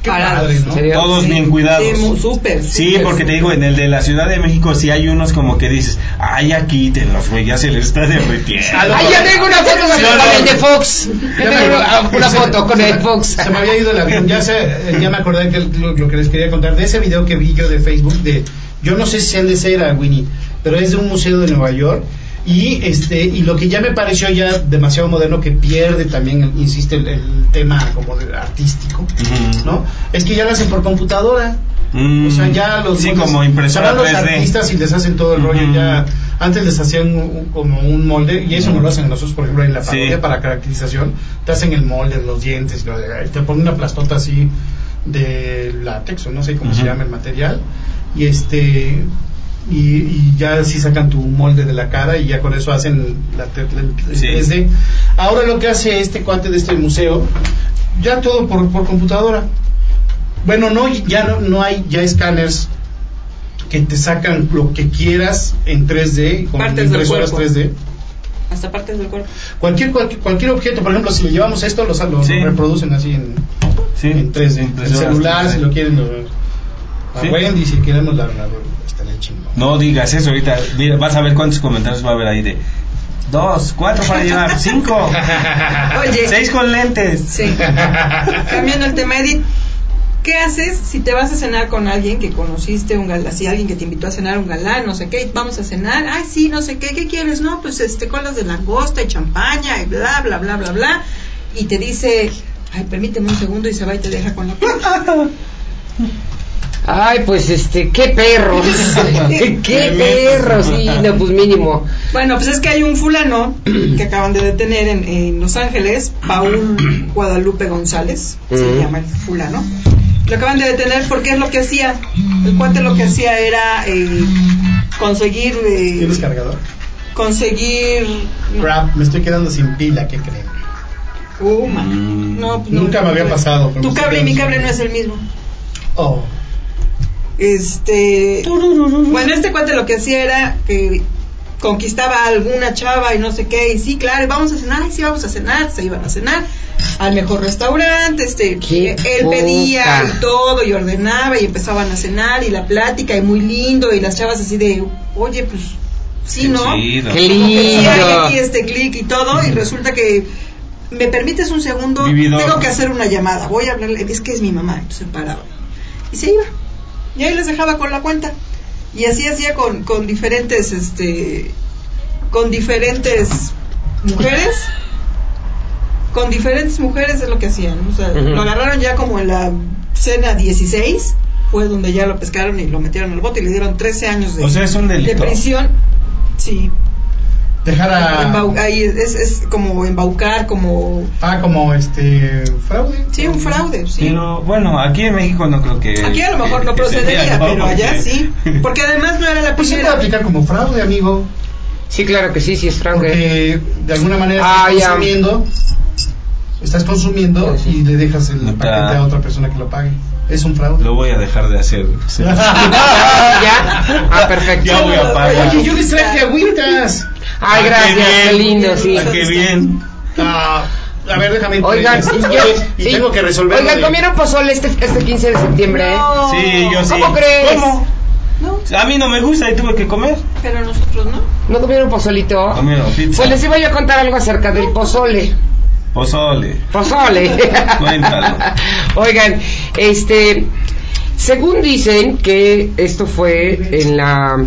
Qué padre, ¿no?
¿En serio?
Todos
Sí,
bien cuidados.
sí, mu- súper.
Sí,
súper,
porque te
súper.
digo, en el de la Ciudad de México sí hay unos como que dices, ay, aquí te los güey, ya se les está
A
derritiendo.
Ah, lo-
¡Ay, ya tengo una foto
Sí, no,
con el
no.
de Fox! Ya tengo una- una foto con el Fox.
Se me había ido el avión. Ya, se, eh, ya me acordé que lo, lo que les quería contar de ese video que vi yo de Facebook. de Yo no sé si es de cera, Winnie, pero es de un museo de Nueva York. Y, este, y lo que ya me pareció ya demasiado moderno, que pierde también, insiste, el, el tema como de artístico,
Ujú.
¿no? Es que ya lo hacen por computadora.
Mm,
O sea, ya los
sí,
moldes-
como impresora Mm.
ahora los
3D.
artistas y les hacen todo el rollo
Ujú.
ya. Antes les hacían un- como un molde y eso no lo hacen nosotros, por ejemplo, en la
Mm. Sí.
familia para caracterización, te hacen el molde, los dientes, lo de- te ponen una plastota así de látex o no sé cómo se
Ujú.
llama el material y este y, y ya así sacan tu molde de la cara y ya con eso hacen la, te- la- el
Sí.
3D. Ahora lo que hace este cuate de este museo, ya todo por, por computadora. Bueno, no, ya no, no hay ya escáneres que te sacan lo que quieras en 3D, con
Partes del
impresoras
cuerpo.
3D.
Hasta partes del cuerpo.
Cualquier, cualquier, cualquier objeto, por ejemplo, si le llevamos esto, lo, sa- lo
Sí.
reproducen así en,
Sí,
en 3D. El
impresoras
celular,
3D.
si lo quieren, lo, la
Sí.
Wendy, si queremos, la, la, estaría chingón.
No digas eso ahorita. Mira, vas a ver cuántos comentarios va a haber ahí de dos, cuatro para llevar, cinco,
Oye,
seis con lentes.
Sí. Cambiando el tema, Edith. ¿Qué haces si te vas a cenar con alguien que conociste, un galán, así alguien que te invitó a cenar, un galán, no sé qué, y vamos a cenar, ay sí, no sé qué, ¿qué quieres? No, pues este colas de langosta y champaña y bla, bla, bla, bla, bla, y te dice, ay, permíteme un segundo y se va y te deja con la cuenta.
Ay, pues este, qué perros. qué perros. Sí, no, pues mínimo.
Bueno, pues es que hay un fulano que acaban de detener en, en Los Ángeles, Paul Guadalupe González, se
Mm.
llama el fulano. Lo acaban de detener porque es lo que hacía. El cuate lo que hacía era eh, conseguir. eh,
¿Tienes cargador?
conseguir.
Crap, me estoy quedando sin pila, ¿qué creen?
Uh, man. No, pues no,
Nunca me
no,
había
no.
pasado, pero
Tu
me
cable y
estoy
mi
quedando
cable
sin-
no es el mismo.
Oh,
Este. Bueno, este cuate lo que hacía era que conquistaba a alguna chava y no sé qué, y sí, claro, y vamos a cenar, y sí, vamos a cenar, se iban a cenar al mejor restaurante, este,
¡Qué
él pedía
poca!
y todo y ordenaba y empezaban a cenar y la plática y muy lindo y las chavas así de, oye, pues, sí,
Qué
¿no?
chido.
Como
Qué
que sí, hay
lindo.
aquí este clic y todo, y resulta que me permites un segundo,
Vividor.
tengo que hacer una llamada, voy a hablarle, es que es mi mamá, entonces paraba. Y se iba. Y ahí les dejaba con la cuenta. Y así hacía con, con diferentes, este, con diferentes mujeres. Con diferentes mujeres es lo que hacían. O sea,
Ujú.
lo agarraron ya como en la cena 16, fue donde ya lo pescaron y lo metieron al bote y le dieron 13 años de,
O sea, es un
de
delito.
prisión. Sí,
Dejar a.
Embau- ahí es, es- es como embaucar, como...
Ah, como este. Fraude.
Sí, un fraude, sí.
Pero bueno, aquí en México no creo que.
Aquí a lo mejor
eh, que-
no
que se
procedería,
vea, ¿no?
pero allá
Porque-
sí. Porque además no era la
Pues se puede
primera.
aplicar como fraude, amigo.
Sí, claro que sí, sí es ¿eh? fraude.
Porque de alguna manera
Ah,
estás
ya.
consumiendo. Estás consumiendo y le dejas el
Ya.
paquete a otra persona que lo pague. Es un fraude.
Lo voy a dejar de hacer.
¿Ya? Ah, perfecto.
Ya voy a pagar.
Oye, yo les traje agüitas.
Ay,
Ah,
gracias,
qué bien.
qué lindo, sí.
Ah, qué bien.
Ah, a ver, déjame.
Oigan,
Sí,
yo-
y
sí.
tengo que resolver.
Oigan,
lo de-
comieron pozole este, este 15 de septiembre, ¿eh?
No,
Sí, yo sí.
¿Cómo crees?
¿Cómo?
No,
A mí no me gusta y tuve que comer.
pero nosotros no.
¿No comieron pozolito?
Comieron pizza.
Pues les iba yo a contar algo acerca del pozole.
Pozole.
Pozole.
Cuéntalo.
Oigan, este, según dicen que esto fue en la,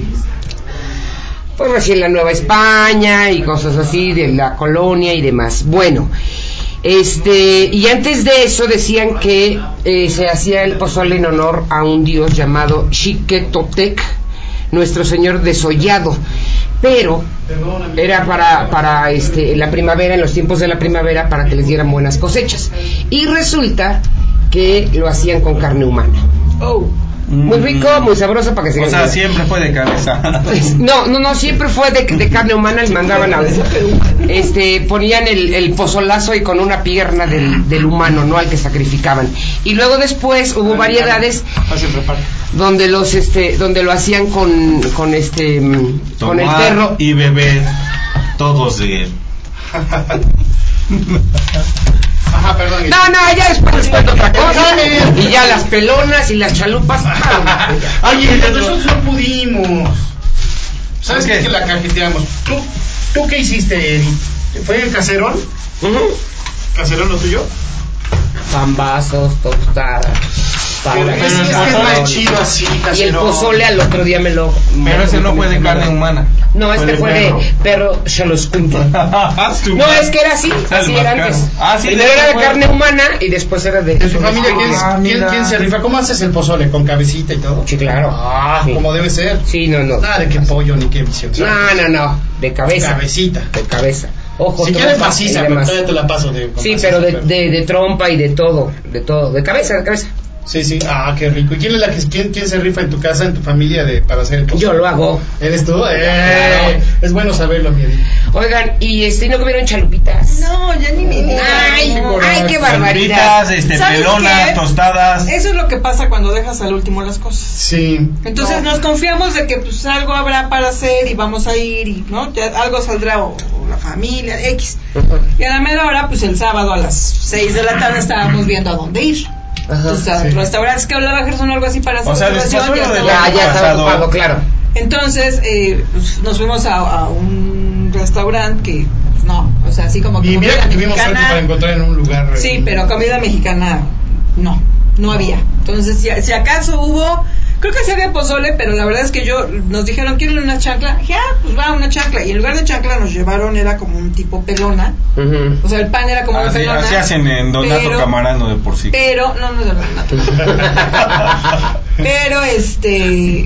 pues recién la Nueva España y cosas así de la colonia y demás. Bueno, este, y antes de eso decían que eh, se hacía el pozole en honor a un dios llamado Xiquetotec, nuestro señor desollado. Pero era para, para este, la primavera, en los tiempos de la primavera, para que les dieran buenas cosechas. Y resulta que lo hacían con carne humana. Muy rico, muy Pues, sabroso para que se
Mm. O sea,
ganen.
siempre fue de cabeza.
No, no, no, siempre fue de, de carne humana, le mandaban a... Este, ponían el, el pozolazo y con una pierna del, del humano, ¿no? Al que sacrificaban. Y luego después hubo variedades donde los, este, donde lo hacían con, con este, mm, con el
Tomar
perro.
y beber todos de él.
Ajá, perdón.
No, no, ya después les cuento otra cosa. Y ya las pelonas y las chalupas.
Oye, nosotros no pudimos. ¿Sabes qué? Que la cajeteamos. ¿Tú, ¿Tú qué hiciste, Eri? ¿Fue el caserón? ¿Caserón lo tuyo?
Pambazos, tostadas.
Ah,
Pero es, es que es más chido así,
Y el
caserón.
pozole al otro día me lo.
Pero ese no fue de carne humana.
No, este fue de perro chaloscuintle. No, es que era así, así era antes.
Ah, sí,
Primero era de
fue-
carne humana y después era de.
¿En tu familia quién,
Ah,
quién,
mira.
quién se rifa? ¿Cómo haces el pozole? ¿Con cabecita y todo?
Sí, claro.
Ah,
Sí.
como debe ser.
Sí, no, no.
Nada de qué pollo ni qué visión.
No, no, no. De cabeza.
Cabecita.
De cabeza. Ojo,
Si
trompa
quieres
y
maciza, pero
demás.
todavía te la paso. De, con
Sí,
maciza,
pero de, de, de trompa y de todo. De todo. De cabeza, de cabeza.
Sí, sí. Ah, qué rico. ¿Y quién, es la que, quién, quién se rifa en tu casa, en tu familia, de, para hacer el pozole?
Yo lo hago.
¿Eres tú? Eh,
Claro.
Es bueno saberlo, mi Eri.
Oigan, ¿y este ¿y no comieron chalupitas?
No, ya ni me digas.
Ay, ay, qué barbaridad.
Barbaridad. Este,
¿Sabes
pelonas,
qué?
tostadas.
Eso es lo que pasa cuando dejas al último las cosas.
Sí.
Entonces nos confiamos de que pues algo habrá para hacer y vamos a ir y no Ya algo saldrá o, o la familia X. Y a la mera hora pues el sábado a las 6 de la tarde estábamos viendo a dónde ir. Entonces, a
sí.
restaurantes que hablaba Gerson o algo así para hacer
O sea,
reservación,
después
ya
de lo del
estaba-
Ah, ya estaba
Pasado.
ocupado, claro.
Entonces, eh, pues, nos fuimos a, a un restaurante que, pues, no, o sea, así como
Y mira que tuvimos suerte para
mexicana.
encontrar en un lugar. eh,
Sí, pero comida mexicana, no, no había. Entonces, si, si acaso hubo, creo que sí había pozole, pero la verdad es que yo, nos dijeron, ¿quieren una chancla? Dije, ah, pues va, una chancla. Y en lugar de chancla nos llevaron, era como un tipo pelona.
Ujú.
O sea, el pan era como una
Así,
pelona.
Ah, así hacen en Donato
pero-
Camarano de por sí.
Pero, no, no es de Pero este,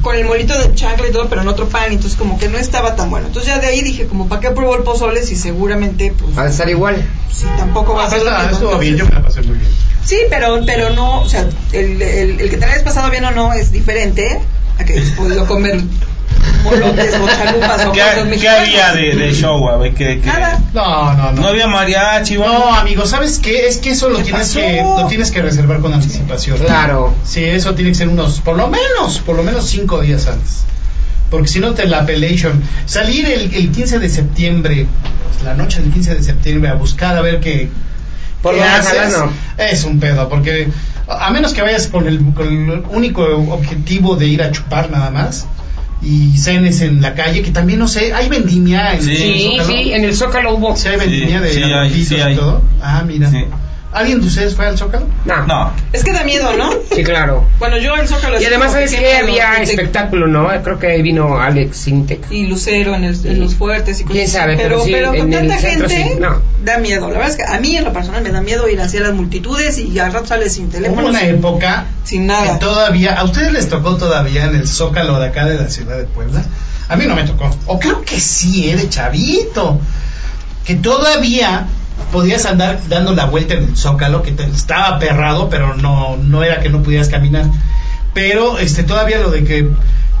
con el molito de chancla y todo, pero en otro pan, entonces como que no estaba tan bueno. Entonces ya de ahí dije, como, ¿para qué pruebo el pozole si seguramente,
Va a
pues,
estar igual.
si tampoco va a
Ah,
ser lo
está-
mismo?
estuvo bien, yo
Entonces,
me la pasé muy bien.
Sí, pero, pero no, o sea, el, el, el que te la hayas pasado bien o no es diferente a que hayas podido comer molotes o chalupas o
¿Qué,
cosas
qué
mexicanas.
había de, de show? A ver, ¿qué, qué?
Nada.
No, no, no.
No había mariachi,
No, amigo, ¿sabes qué? Es que eso lo
¿Qué
tienes
pasó?
que, lo tienes que reservar con anticipación.
Claro.
Sí, eso tiene que ser unos, por lo menos, por lo menos cinco días antes. porque si no te la pelation. Salir el, el 15 de septiembre, pues, la noche del 15 de septiembre, a buscar a ver qué,
Por
qué
lo menos,
haces,
no.
es un pedo, porque a a menos que vayas con el, con el único objetivo de ir a chupar nada más y cenes en la calle, que también no sé, hay vendimia en
Sí,
Sí,
Zócalo?
sí, en el Zócalo hubo.
Sí, hay vendimia
Sí,
de
sí hay,
arbolitos
sí hay.
y todo. Ah, mira.
Sí.
¿Alguien de ustedes fue al Zócalo?
No.
No,
Es que da miedo, ¿no?
Sí, claro.
Bueno, yo el Zócalo...
Y
así
además,
como
¿sabes
siempre
qué?
lo-
Había
te-
espectáculo, ¿no? Creo que vino Alex Sintec.
y Lucero en, el- en los fuertes y cosas
Quién
así.
sabe, pero sí,
pero con
en el
tanta
centro
gente
sí, no.
da miedo. La verdad es que a mí en lo personal me da miedo ir hacia las multitudes y al rato sales sin
Hubo
teléfono,
una
sin,
época
sin
que
Ah.
nada.
todavía, a ustedes les tocó todavía en el Zócalo de acá de la ciudad de Puebla. A mí no me tocó. O creo que sí, eres chavito. Que todavía podías andar dando la vuelta en el Zócalo, que te- estaba perrado, pero no, no era que no pudieras caminar. Pero este todavía lo de que,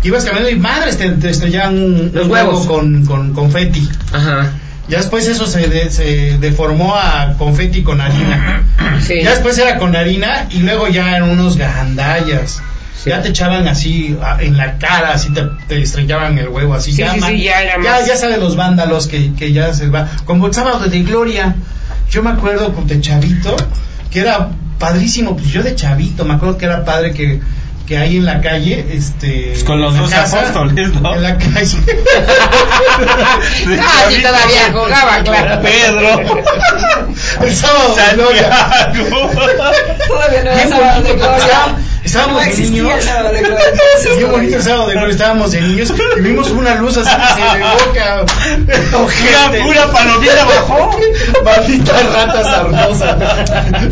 que ibas caminando y madres, te, te estrellaban un,
Los
un huevo
huevos.
con, con confeti.
Ajá.
Ya después eso se, de- se deformó a confeti con harina.
Sí.
Ya después era con harina y luego ya eran unos gandallas.
Sí.
Ya te echaban así a- en la cara, así te, te estrellaban el huevo, así
Sí,
ya,
sí,
man-
sí, ya era
ya,
más-
ya saben los vándalos que, que ya se va. Como el sábado de gloria, yo me acuerdo con de chavito, que era padrísimo, pues yo de chavito, me acuerdo que era padre que, que ahí en la calle, este...
Pues con los
en la
doce apóstoles, ¿no?
En la calle.
Ah, sí, todavía jugaba, claro.
Pedro,
el sábado de gloria.
Santiago.
Todavía no era sábado de gloria.
Estábamos
No
de
existía
niños.
sábado de gloria.
Qué bonito sábado de gloria, estábamos de niños y vimos una luz así que se evoca.
Una pura palomita bajó.
Maldita rata sarnosa.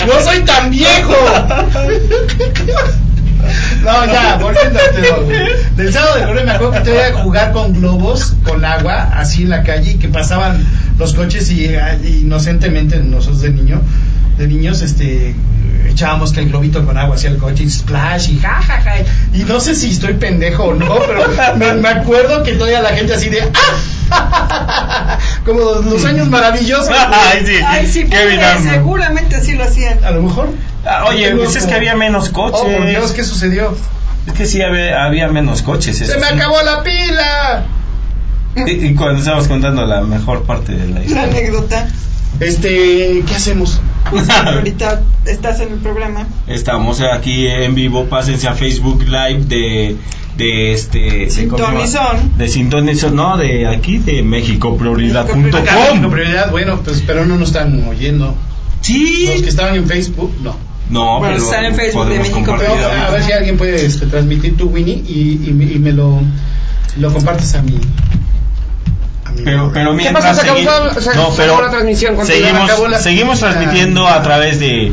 No soy tan viejo. No, ya, volviendo al tema, güey. Del sábado de gloria me acuerdo que te iba a jugar con globos, con agua, así en la calle, y que pasaban los coches y, eh, inocentemente nosotros de niño, de niños, este echábamos que el globito con agua hacia el coche y splash y jajaja y no sé si estoy pendejo o no pero me, me acuerdo que todavía la gente así de ¡ah! como los, los años maravillosos
Ay, sí.
Ay, sí,
Qué
pobre,
vinagre.
seguramente así lo hacían.
a lo mejor
Ah, Oye, pues es que había menos
Oh, por Dios,
coches.
¿qué sucedió?
Es que sí había, había menos coches. eso
¡Se me
sí.
acabó la pila!
Y, y cuando estábamos contando la mejor parte de la
La
historia.
anécdota.
Este, ¿qué hacemos?
Ahorita estás en el programa.
Estamos aquí en vivo, pásense a Facebook Live de, de este... de- ¿cómo se llama?
Sintonizón.
De Sintonizón, no, de aquí, de
Acá, tengo
mexicoprioridad.com.
prioridad, bueno, pues, pero no nos están oyendo. Los que
Sí.
estaban en Facebook, no.
No,
Bueno,
pero
están en Facebook de
podemos
México
compartir
Pero a
ahorita.
ver si alguien puede este, transmitir tu Winnie y, y me- y me lo, lo compartes a mí. A mi
Pero, pero
¿Qué
mientras
pasó? Se
segui-
acabó, se
no,
acabó
pero
la transmisión. continúa.
seguimos,
acabó la-
seguimos transmitiendo a través de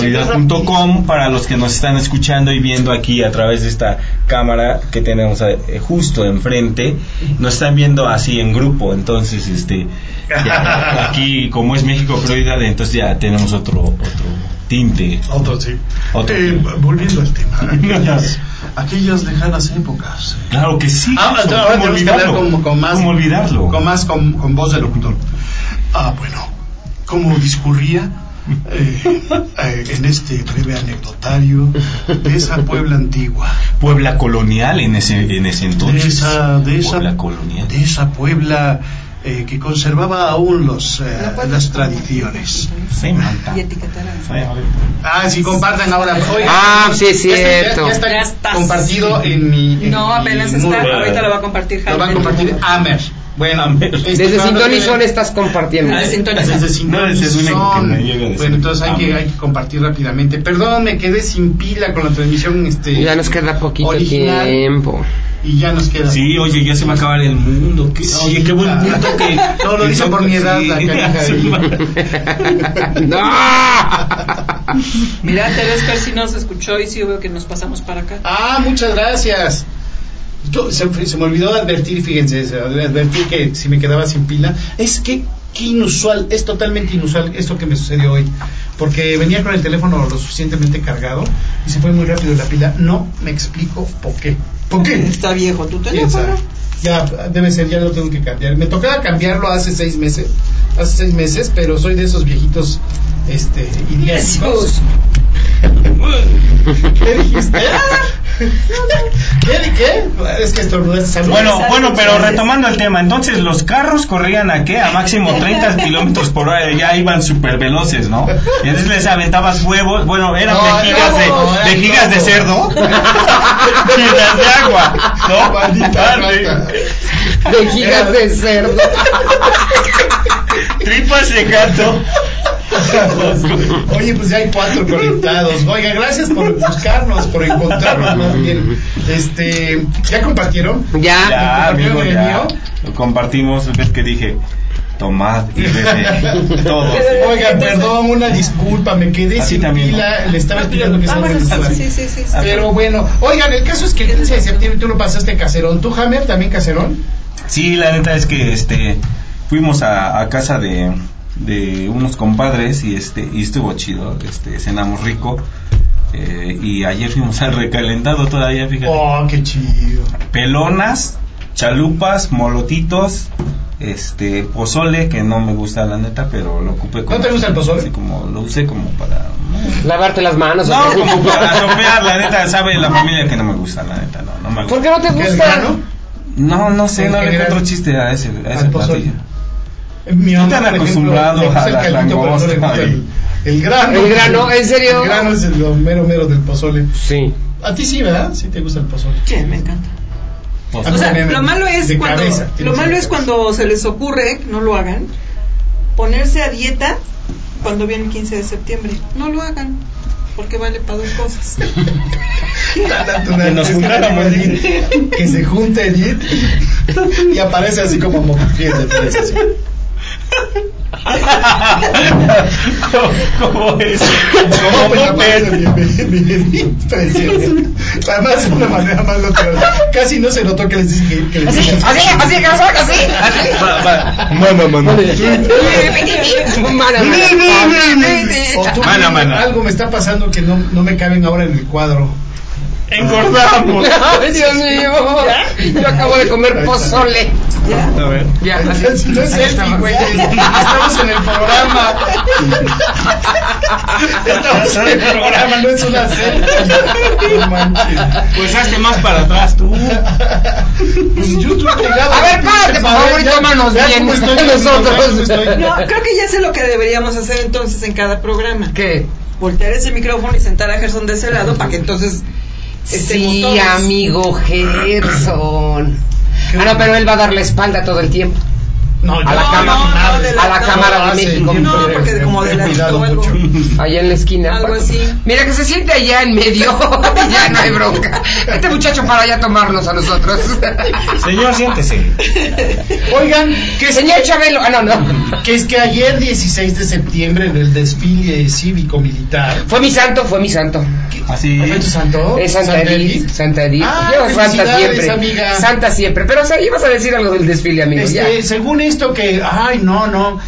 mexicoprioridad.com para los que nos están escuchando y viendo aquí a través de esta cámara que tenemos eh, justo enfrente. Nos están viendo así en grupo, entonces este ya, aquí como es México Prioridad, entonces ya tenemos otro otro tinte.
Otro, sí.
Otro.
Eh, volviendo al tema, aquellas, aquellas lejanas épocas.
Claro que sí.
Ah,
eso,
ahora
¿cómo
tenemos que hablar
olvidarlo?
con, con más.
¿Cómo olvidarlo?
Con más, con, con voz de locutor. Ah, bueno. Como discurría eh, eh, en este breve anecdotario de esa Puebla antigua,
Puebla colonial en ese en ese
de
entonces.
esa, de esa,
Puebla colonial.
de esa Puebla eh, que conservaba aún los, eh, las tradiciones.
Sí, Malta.
Y etiquetar a-
Ah, sí, compartan ahora. Oiga,
Ah, sí, es
ya está-
cierto.
Ya, está
Ya está.
compartido en mi. en
No,
mi
apenas
muro.
está. Ahorita lo va a compartir
Lo va a
Jaime.
compartir Ah. Amer. Bueno,
Amer.
este,
Desde
claro,
Sintonizón
eh,
estás compartiendo.
Ah, Sintonizón.
Desde Sintonizón.
No, ese es único que me llega a decir.
Bueno, entonces hay que,
Amer.
hay que compartir rápidamente. Perdón, me quedé sin pila con la transmisión. Este,
Ya nos queda poquito
Original.
tiempo.
Y ya nos queda.
Sí, oye, ya se va a acabar el mundo. ¿Qué, oye, qué buen punto que.
No, lo
que
dice
toca,
por mi edad, la caraja de-
¡No!
Mira, Teresa ver si nos escuchó y si veo que nos pasamos para acá.
Ah, muchas gracias. Yo- se, se me olvidó advertir, fíjense, se- advertir que si me quedaba sin pila. Es que, qué inusual, es totalmente inusual esto que me sucedió hoy. Porque venía con el teléfono lo suficientemente cargado y se fue muy rápido la pila. No me explico por qué. ¿Por qué?
Está viejo tu
¿Quién
teléfono.
sabe? Ya, debe ser, ya lo tengo que cambiar. Me tocaba cambiarlo hace seis meses, hace seis meses, pero soy de esos viejitos, este, idiotas. ¿Qué dijiste? ¿Qué? di- ¿Qué? Es que estornudaste. salud.
Bueno, bueno, pero retomando el tema, entonces los carros corrían a qué? A máximo 30 kilómetros por hora, ya iban súper veloces, ¿no? Y entonces les aventabas huevos, bueno, eran
No,
vejigas, de,
no, eran
vejigas de
globos.
cerdo, llenas de agua, ¿no?
Maldita
Vale.
rata.
De gigas de cerdo.
Tripas de gato.
Oye, pues ya hay cuatro conectados. Oiga, gracias por buscarnos, por encontrarnos más bien. Este, ¿ya compartieron?
Ya.
Ya,
¿Compartieron
amigo,
el
ya.
mío?
Lo compartimos, ves que dije, tomad y bebé, todos.
Oiga, perdón, una disculpa, me quedé
Así
sin
también.
pila, le
Ah,
estaba explicando que estaba
Vámonos.
en
Ah, Sí, sí, sí. sí.
Pero bueno, oigan, el caso es que el 15 de septiembre tú lo pasaste caserón. ¿Tú, Hammer, también caserón?
Sí, la neta es que este fuimos a, a casa de, de unos compadres y este y estuvo chido, este cenamos rico eh, y ayer fuimos al recalentado todavía, fíjate.
Oh, qué chido.
Pelonas, chalupas, molotitos, este pozole que no me gusta la neta, pero lo ocupé como
te gusta el pozole?
así como lo usé como para
Lavarte las manos. ¿o
no,
qué?
como para sopear, la neta, sabe la familia que no me gusta, la neta, no, no me
¿Por
gusta.
qué no te
¿Qué es
gusta?
grano?
No, no sé,
En
no le
general,
encuentro chiste a ese, a ese
al pozole.
platillo.
Mi mamá,
Están
por ejemplo,
acostumbrados
le gusta
a
el
la
caldito, pero no le gusta
langosta,
el- El grano.
El grano, ¿en serio?
El grano es el lo mero mero del pozole.
Sí.
A ti sí, ¿verdad? Sí te gusta el pozole.
Sí, me encanta.
Pues,
A mí
O sea,
también me-
lo malo es
de
cuando
cabeza, tiene
lo
que
malo
ser
es
de
cuando se les ocurre, no lo hagan, ponerse a dieta cuando viene el 15 de septiembre. No lo hagan, porque vale para dos cosas.
cabeza. Tan natural.
Que nos juntáramos,
Que- Que se junte Edith y aparece así como mocofiel de fresa.
¿Cómo es?
No, pues
¿Cómo
aparece
es?
bien, bien, bien, bien preciosa. Además, de una manera más natural. Casi no se notó que les dije que, que les dije así.
así, así, así.
Mano, mano.
Mano,
O tú,
Mana, mana.
Algo me está pasando que no, no me caben ahora en el cuadro.
Engordamos.
Ay, Dios mío. Yo acabo de comer pozole.
A ver.
Ya,
No
así.
es
este
selfie, güey. Estamos en el programa. Estamos en el programa, Ah, no es una selfie. No manches.
Pues hazte más para atrás tú.
Pues yo estoy pegado.
A ver, párate, por
A ver,
favor, y
ya-
tómanos
ya
bien este,
cómo estoy, ya cómo
nosotros.
estoy.
No, creo que ya sé lo que deberíamos hacer entonces en cada programa.
¿Qué?
Voltear ese micrófono y sentar a Gerson de ese lado para que entonces
Este
estemos
Sí,
todos.
amigo Gerson. Ah, no, pero él va a dar la espalda todo el tiempo.
No, yo-
A la
no,
cámara-
no, no,
de
a la
no,
cámara de
no, Ah, sí,
México.
siempre
No, porque
he-
como
he
de la-
cuidado
o algo.
Allá en la esquina.
Algo así.
Mira que se siente allá en medio. ya no hay bronca. Este muchacho para allá a tomarnos a nosotros.
Señor, siéntese.
Oigan,
que señor Chabelo. Ah, no, no.
que es que ayer 16 de septiembre en el desfile cívico militar.
Fue mi santo, fue mi santo.
Así.
¿Fue tu santo?
Es Santa Edith. Santa Edith.
Oh, Ah,
Yo, Santa
felicidades,
siempre.
amiga.
Santa siempre. Pero o sea, ibas a decir algo del desfile, amigo. ya.
Este, según esto que, ay, no, no,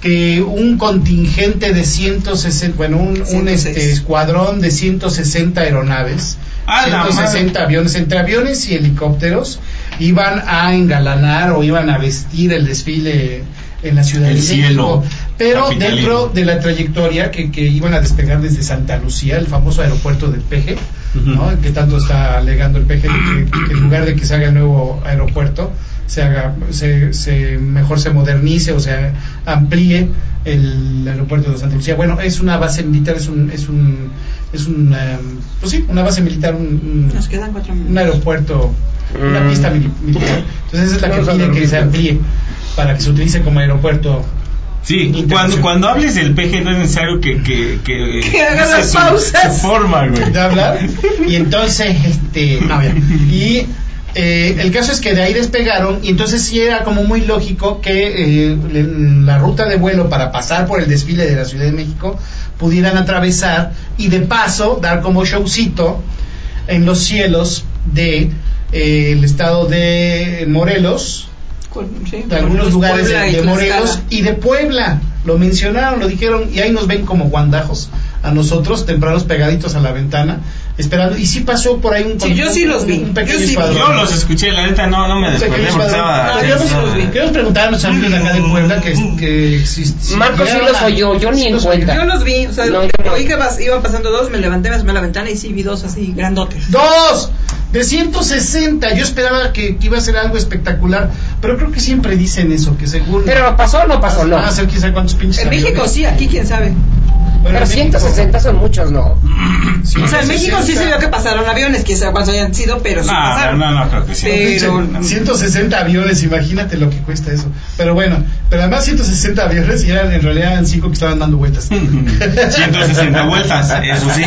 que un contingente de 160, bueno, un, un,
106.
este, escuadrón de 160 aeronaves,
¡A la
160 aviones, entre aviones y helicópteros, iban a engalanar o iban a vestir el desfile en la Ciudad
El
de México.
cielo
Pero
capitalino.
dentro de la trayectoria que, que iban a despegar desde Santa Lucía, el famoso aeropuerto de Peje, ¿no? que tanto está alegando el PG de que, que en lugar de que se haga el nuevo aeropuerto se haga se, se- mejor se modernice o se amplíe el aeropuerto de Santa Lucía bueno es una base militar es un es un es un eh, pues sí una base militar un- un,
Nos quedan cuatro
un
minutos.
aeropuerto, una pista mili- militar. Entonces esa es la que pide que se amplíe para que se utilice como aeropuerto.
Sí, cuando, cuando hables del peje no es necesario que... Que, que,
Que haga
use
las
su-
pausas.
su forma, güey.
¿De hablar? Y entonces, este, no, ya. y eh, el caso es que de ahí despegaron y entonces sí era como muy lógico que eh, le- la ruta de vuelo para pasar por el desfile de la Ciudad de México pudieran atravesar y de paso dar como showcito en los cielos de eh, el estado de Morelos,
Con- sí,
de algunos
con
lugares
Puebla
de,
y
de
Tlaxcala.
Morelos y de Puebla. Lo mencionaron, lo dijeron y ahí nos ven como guandajos a nosotros, tempranos pegaditos a la ventana, esperando. Y sí pasó por ahí un
Sí, yo sí los vi.
un pequeño
Yo sí vi.
escuadrón.
Yo los escuché, la neta no, no me
Un pequeño
desperté porque
escuadrón.
estaba.
Ah, queremos- Queremos preguntar a los amigos de acá de Puebla que, que exist-
Marco sí
llegaron
los
a-
oyó, yo ni
sí
en
los
cuenta.
Yo los vi, o sea,
No, yo no.
oí que pas- iban pasando dos, me levanté, me asomé a la ventana y sí vi dos así grandotes.
Dos de 160. Yo esperaba que, que iba a ser algo espectacular, pero creo que siempre dicen eso, que según
Pero pasó o no pasó, no.
van a ser quizá cuántos pinches.
En México
aviones.
sí, aquí quién sabe.
Bueno,
Pero
en México,
160 son muchos, ¿no?
O sea, en México sí se vio que pasaron aviones, quién sabe cuántos hayan sido, pero sí
No,
pasaron.
Ah, no, no, creo que sí.
Pero-
No, no.
160 aviones, imagínate lo que cuesta eso. Pero bueno, pero además 160 aviones y eran en realidad eran cinco que estaban dando vueltas.
160 vueltas, eso sí.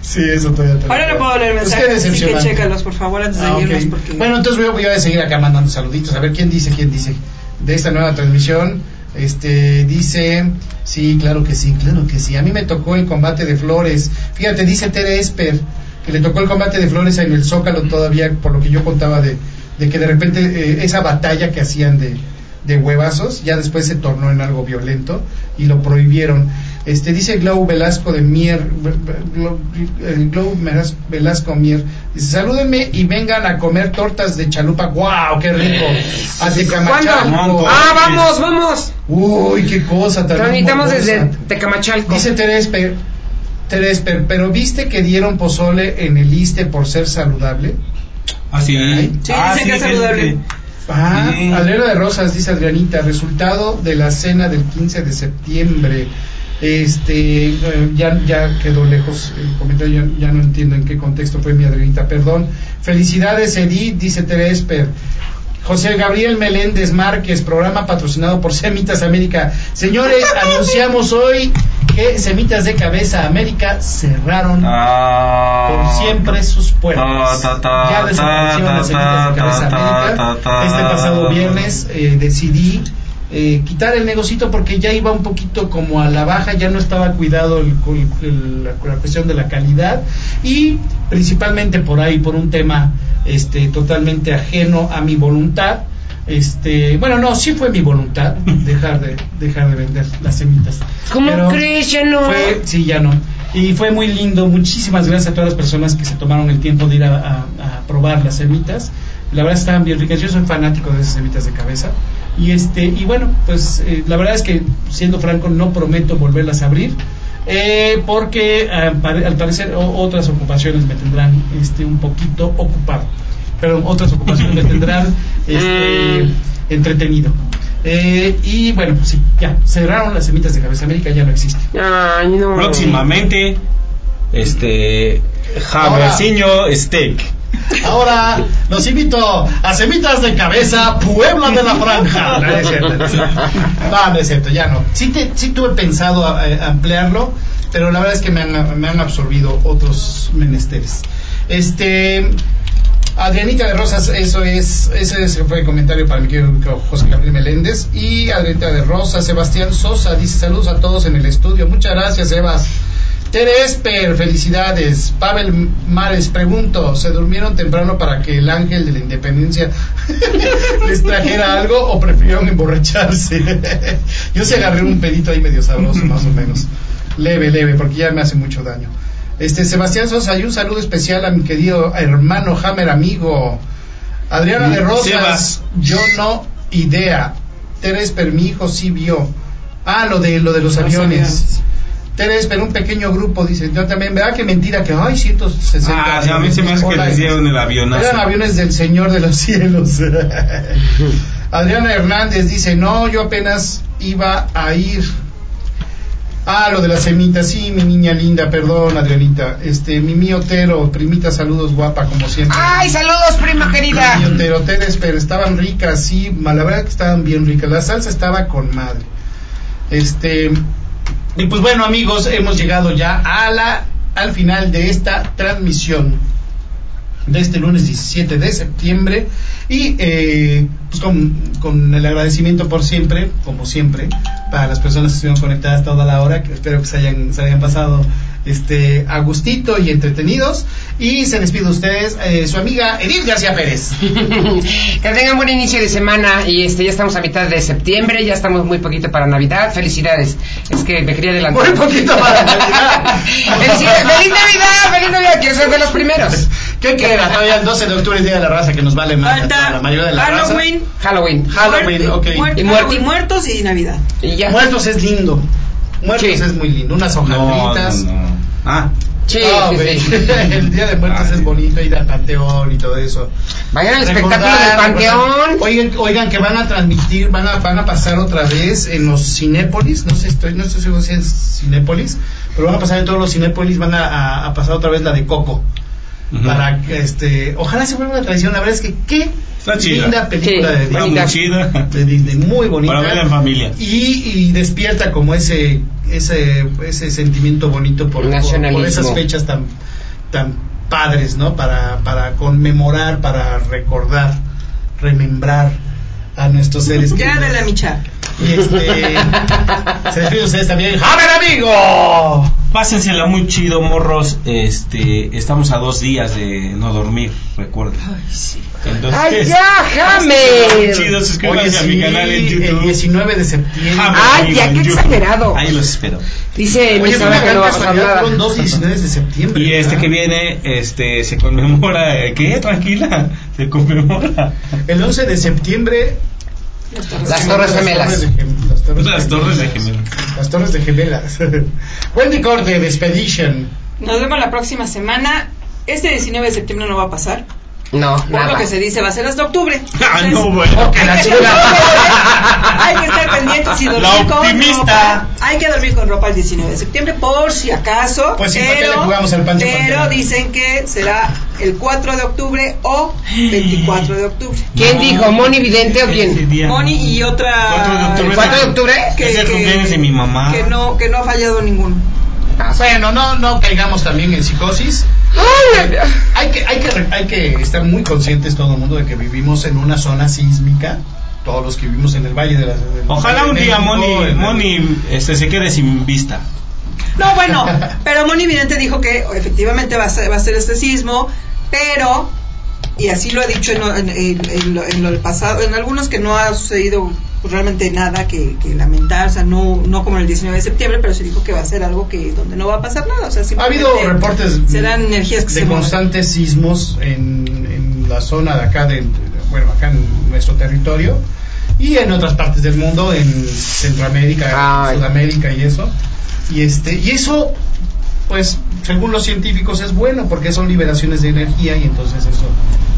sí, eso todavía te lo
Ahora no
recuerdo.
puedo leer
Pues qué
mensajes, así que
decepcionante.
chécalos, por favor, antes de
Ah, ok.
irnos, porque...
Bueno, entonces voy, voy a seguir acá mandando saluditos. A ver quién dice, quién dice. De esta nueva transmisión, este dice, sí, claro que sí, claro que sí. A mí me tocó el combate de flores. Fíjate, dice Tere Esper, que le tocó el combate de flores en el Zócalo todavía, por lo que yo contaba de, de que de repente eh, esa batalla que hacían de, de huevazos, ya después se tornó en algo violento y lo prohibieron. Este dice Glau Velasco de Mier, Glau, eh, Glau Meras- Velasco Mier, dice salúdenme y vengan a comer tortas de chalupa. ¡Wow! ¡Qué rico!
¿Cuándo?
Atecamachalco.
Ah, vamos, vamos.
Uy, qué cosa tan
Transmitamos
morbosa.
desde Tecamachalco.
Dice Teresper, Teresper, pero viste que dieron pozole en el ISTE por ser saludable.
Así. Ah,
Sí, dicen que es saludable.
Ah,
Sí.
Alero de Rosas, dice Adrianita, resultado de la cena del 15 de septiembre. Este, eh, ya, ya quedó lejos el comentario, ya, ya no entiendo en qué contexto fue mi Adrianita, perdón. Felicidades, Edith, dice Teresper. José Gabriel Meléndez Márquez, programa patrocinado por Semitas América. Señores, anunciamos hoy que Semitas de Cabeza América cerraron por
Ah.
siempre sus puertas.
Ta, ta, ta,
Ya desaparecieron las semillas de cabeza
ta, ta,
América.
ta, ta.
Este pasado viernes eh, decidí eh, quitar el negocito porque ya iba un poquito como a la baja, ya no estaba cuidado el- el- el- la, la cuestión de la calidad y principalmente por ahí, por un tema este, totalmente ajeno a mi voluntad. Este, bueno, no, sí fue mi voluntad dejar de dejar de vender las semitas.
¿Cómo
Pero-
crees, ya no?
fue, sí, ya no. Y fue muy lindo. Muchísimas gracias a todas las personas que se tomaron el tiempo de ir a, a- a probar las semitas. La verdad estaban bien ricas. Yo soy fanático de esas semitas de cabeza. Y este y bueno, pues eh, la verdad es que siendo franco no prometo volverlas a abrir. eh, porque ah, pare- al parecer o- otras ocupaciones me tendrán este un poquito ocupado. Pero otras ocupaciones me tendrán este, entretenido. Eh, y bueno, pues sí, ya cerraron las semitas de cabeza América, ya no existe.
Ay, no.
Próximamente, este. Jamerciño Steak.
Ahora los invito a Semitas de Cabeza, Puebla de la Franja. No, no es cierto, no es cierto. No, no es cierto, ya no. Sí, te- sí tuve pensado a- a ampliarlo, pero la verdad es que me han, me han absorbido otros menesteres. Este. Adrianita de Rosas, eso es, ese es- fue el comentario para mi querido José Gabriel Meléndez. Y Adrianita de Rosas, Sebastián Sosa, dice saludos a todos en el estudio. Muchas gracias, Sebas. Tere Esper, felicidades. Pavel Mares, pregunto, ¿se durmieron temprano para que el ángel de la independencia les trajera algo o prefirieron emborracharse? Yo se agarré un pedito ahí medio sabroso, más o menos. Leve, leve, porque ya me hace mucho daño. Este, Sebastián Sosa, y un saludo especial a mi querido hermano Hammer, amigo. Adriana de Rosas,
Sebas.
yo no idea. Tere Esper, mi hijo sí vio. Ah, lo de, lo de los aviones. Teres, pero un pequeño grupo, dice. Yo también, ¿verdad que mentira? Que hay 160.
Ah, ya a mí se me hace que
Hola,
les dieron el avionazo.
Eran aviones del Señor de los Cielos. Adriana Hernández dice, no, yo apenas iba a ir. Ah, lo de las semitas, sí, mi niña linda, perdón, Adrianita. Este, Mimi Otero, primita, saludos, guapa, como siempre.
Ay, saludos, prima querida.
Mimi Otero, Teres, pero estaban ricas, sí, la verdad que estaban bien ricas. La salsa estaba con madre. Este, y pues bueno, amigos, hemos llegado ya a la, al final de esta transmisión de este lunes 17 de septiembre. Y eh, pues con, con el agradecimiento por siempre, como siempre, para las personas que estuvieron conectadas toda la hora, que espero que se hayan, se hayan pasado este, a gustito y entretenidos. Y se despide de ustedes eh, su amiga Edith García Pérez.
que tengan buen inicio de semana y este ya estamos a mitad de septiembre, ya estamos muy poquito para Navidad. Felicidades. Es que me quería adelantar.
Muy poquito para Navidad.
Felicidades. ¡Feliz Navidad! ¡Feliz Navidad! Quiero ser de los primeros.
¿Qué queda? Todavía el 12 de octubre es Día de la Raza, que nos vale más a toda
Falta
Ah, la mayoría de la raza.
Halloween,
Halloween.
Halloween, ok.
muerto-
Y muerto.
y muertos y Navidad.
Y ya.
Muertos es lindo. Muertos
Sí.
es muy lindo. Unas
No, no,
hojaldritas.
no. Ah,
Sí,
Ah,
sí,
güey.
sí.
el Día de Muertos
Ay.
es bonito ir al panteón y todo eso.
Vayan al espectáculo
Recordar,
del Panteón.
recordar. Oigan, oigan que van a transmitir, van a, van a pasar otra vez en los Cinépolis, no sé, estoy, no estoy seguro si es Cinépolis, pero van a pasar en todos los Cinépolis, van a, a- a pasar otra vez la de Coco.
Ujú.
Para que, este, ojalá se vuelva una tradición, la verdad es que qué
Está chida.
linda película
Sí,
de,
está
Disney,
muy chida.
de Disney, muy bonita.
Para verla en familia.
y, y despierta como ese ese ese sentimiento bonito por, por- por,
Nacionalismo.
esas fechas tan tan padres no para para conmemorar para recordar remembrar a nuestros seres
Ya de la
queridos.
micha.
y este se despide ustedes también Javier amigo
Pásensela muy chido, morros. Este, estamos a dos días de no dormir, recuerda. Entonces,
¡Ay, ya,
muy
Hammer!
chido, suscríbanse
Oye,
a mi
sí,
canal en
el
YouTube.
19 de septiembre
Hammer,
Ay,
amigo,
ya,
en
qué
YouTube.
exagerado.
Ahí los espero.
Dice mi
Oye, fue una
que
gran
no va a pasar
casualidad,
nada.
fueron dos 19 de septiembre.
Y este
¿verdad?
que viene, este, se conmemora. eh, ¿Qué? Tranquila, se conmemora.
El 11 de septiembre
Las Torres Gemelas.
Las Torres de
Pues Las torres de gemelo.
Las Torres de Gemelas. Wendy Corte de Expedition.
Nos vemos la próxima semana. Este 19 de septiembre no va a pasar.
No,
Por lo
nada.
que se dice, va a ser hasta octubre.
Ah,
Entonces,
no, bueno.
Que la
hay que-
chula.
Hay que estar pendientes y dormir
La
con
optimista.
ropa. Hay que dormir con ropa el 19 de septiembre por si acaso.
Pues sí, ¿para qué
pero,
le jugamos al Pancho
pero
Pantera?
dicen que será el 4 de octubre o 24 de octubre.
¿Quién dijo? ¿Moni Vidente o
Ese
quién?
día.
Moni y otra
4 de octubre.
¿El 4 de octubre?
Ah.
Es el cumpleaños de mi mamá.
que no que no ha fallado ninguno.
Ah, Bueno, no, no caigamos también en psicosis. Hay que, hay, que, hay que estar muy conscientes todo el mundo de que vivimos en una zona sísmica. Todos los que vivimos en el Valle de la del-
Ojalá un
de
día
México,
Moni,
en-
Moni este, se quede sin vista.
No, bueno, pero Moni Vidente dijo que efectivamente va a ser, va a ser este sismo, pero, y así lo ha dicho en, lo- en- en- en lo, en lo del pasado, en algunos que no ha sucedido pues, realmente nada que, que lamentar, o sea, no, no como en el 19 de septiembre, pero se dijo que va a ser algo que donde no va a pasar nada, o sea,
Ha habido
simplemente
reportes
serán energías que
de
se mueven.
constantes sismos en, en la zona de acá, de, de- bueno, acá en nuestro territorio y en otras partes del mundo, en Centroamérica,
Ay.
Sudamérica y eso. Y, este, y eso, pues, según los científicos es bueno porque son liberaciones de energía y entonces eso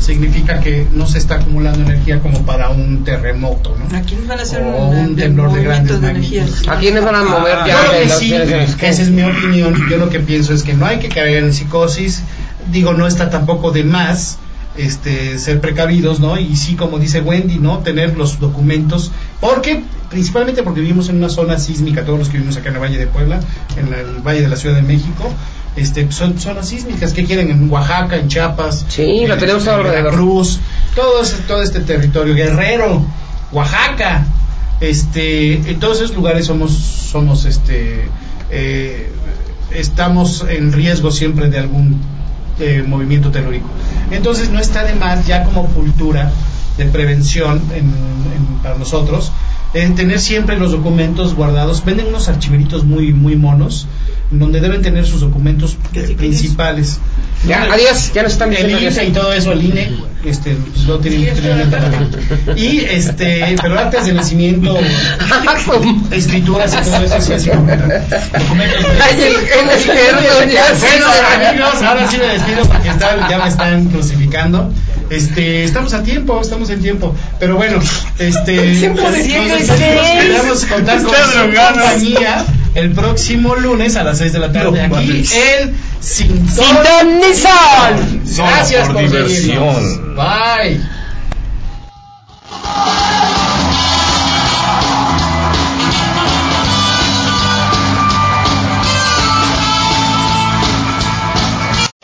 significa que no se está acumulando energía como para un terremoto, ¿no?
Aquí nos van a hacer
O
una-
un temblor de
movimientos
grandes
de energías.
magnitudes.
Aquí nos van a mover
Yo lo
ya de
Ah. que
los
sí,
de- de los-
que esa es mi opinión, yo lo que pienso es que no hay que caer en psicosis, digo, no está tampoco de más este ser precavidos, ¿no? Y sí, como dice Wendy, ¿no? Tener los documentos, porque principalmente porque vivimos en una zona sísmica, todos los que vivimos acá en el Valle de Puebla, en la- el Valle de la Ciudad de México, este son zonas sísmicas que quieren en Oaxaca, en Chiapas,
Sí, lo
en-
tenemos todo
en
alrededor.
Veracruz, todo ese- todo este territorio, Guerrero, Oaxaca, este en todos esos lugares somos somos este eh, estamos en riesgo siempre de algún eh, movimiento terrorífico entonces no está de más ya como cultura de prevención en- en- para nosotros eh, tener siempre los documentos guardados venden unos archiveritos muy muy monos en donde deben tener sus documentos eh, principales
Ya, adiós, ya nos están
el
diciendo adiós.
INSA y todo eso, el INE, este, lo tienen que tener en cuenta. Y este, pero antes de nacimiento, escrituras y todo eso sí es importante. Documentos.
Ay, el, el experto, ya sé.
Bueno, amigos, ahora sí me despido porque está- ya me están crucificando. Este, estamos a tiempo, estamos en tiempo. Pero bueno, este,
Siempre
nos-
de
nos-
siete,
nos
seis.
esperamos contar con
¿eh? Está
su
drogado.
compañía el próximo lunes a las 6 de la tarde
No
aquí
mames.
en Sintón.
¡Sintonizón!
Solo
Gracias
por
por
diversión.
seguirnos. Bye.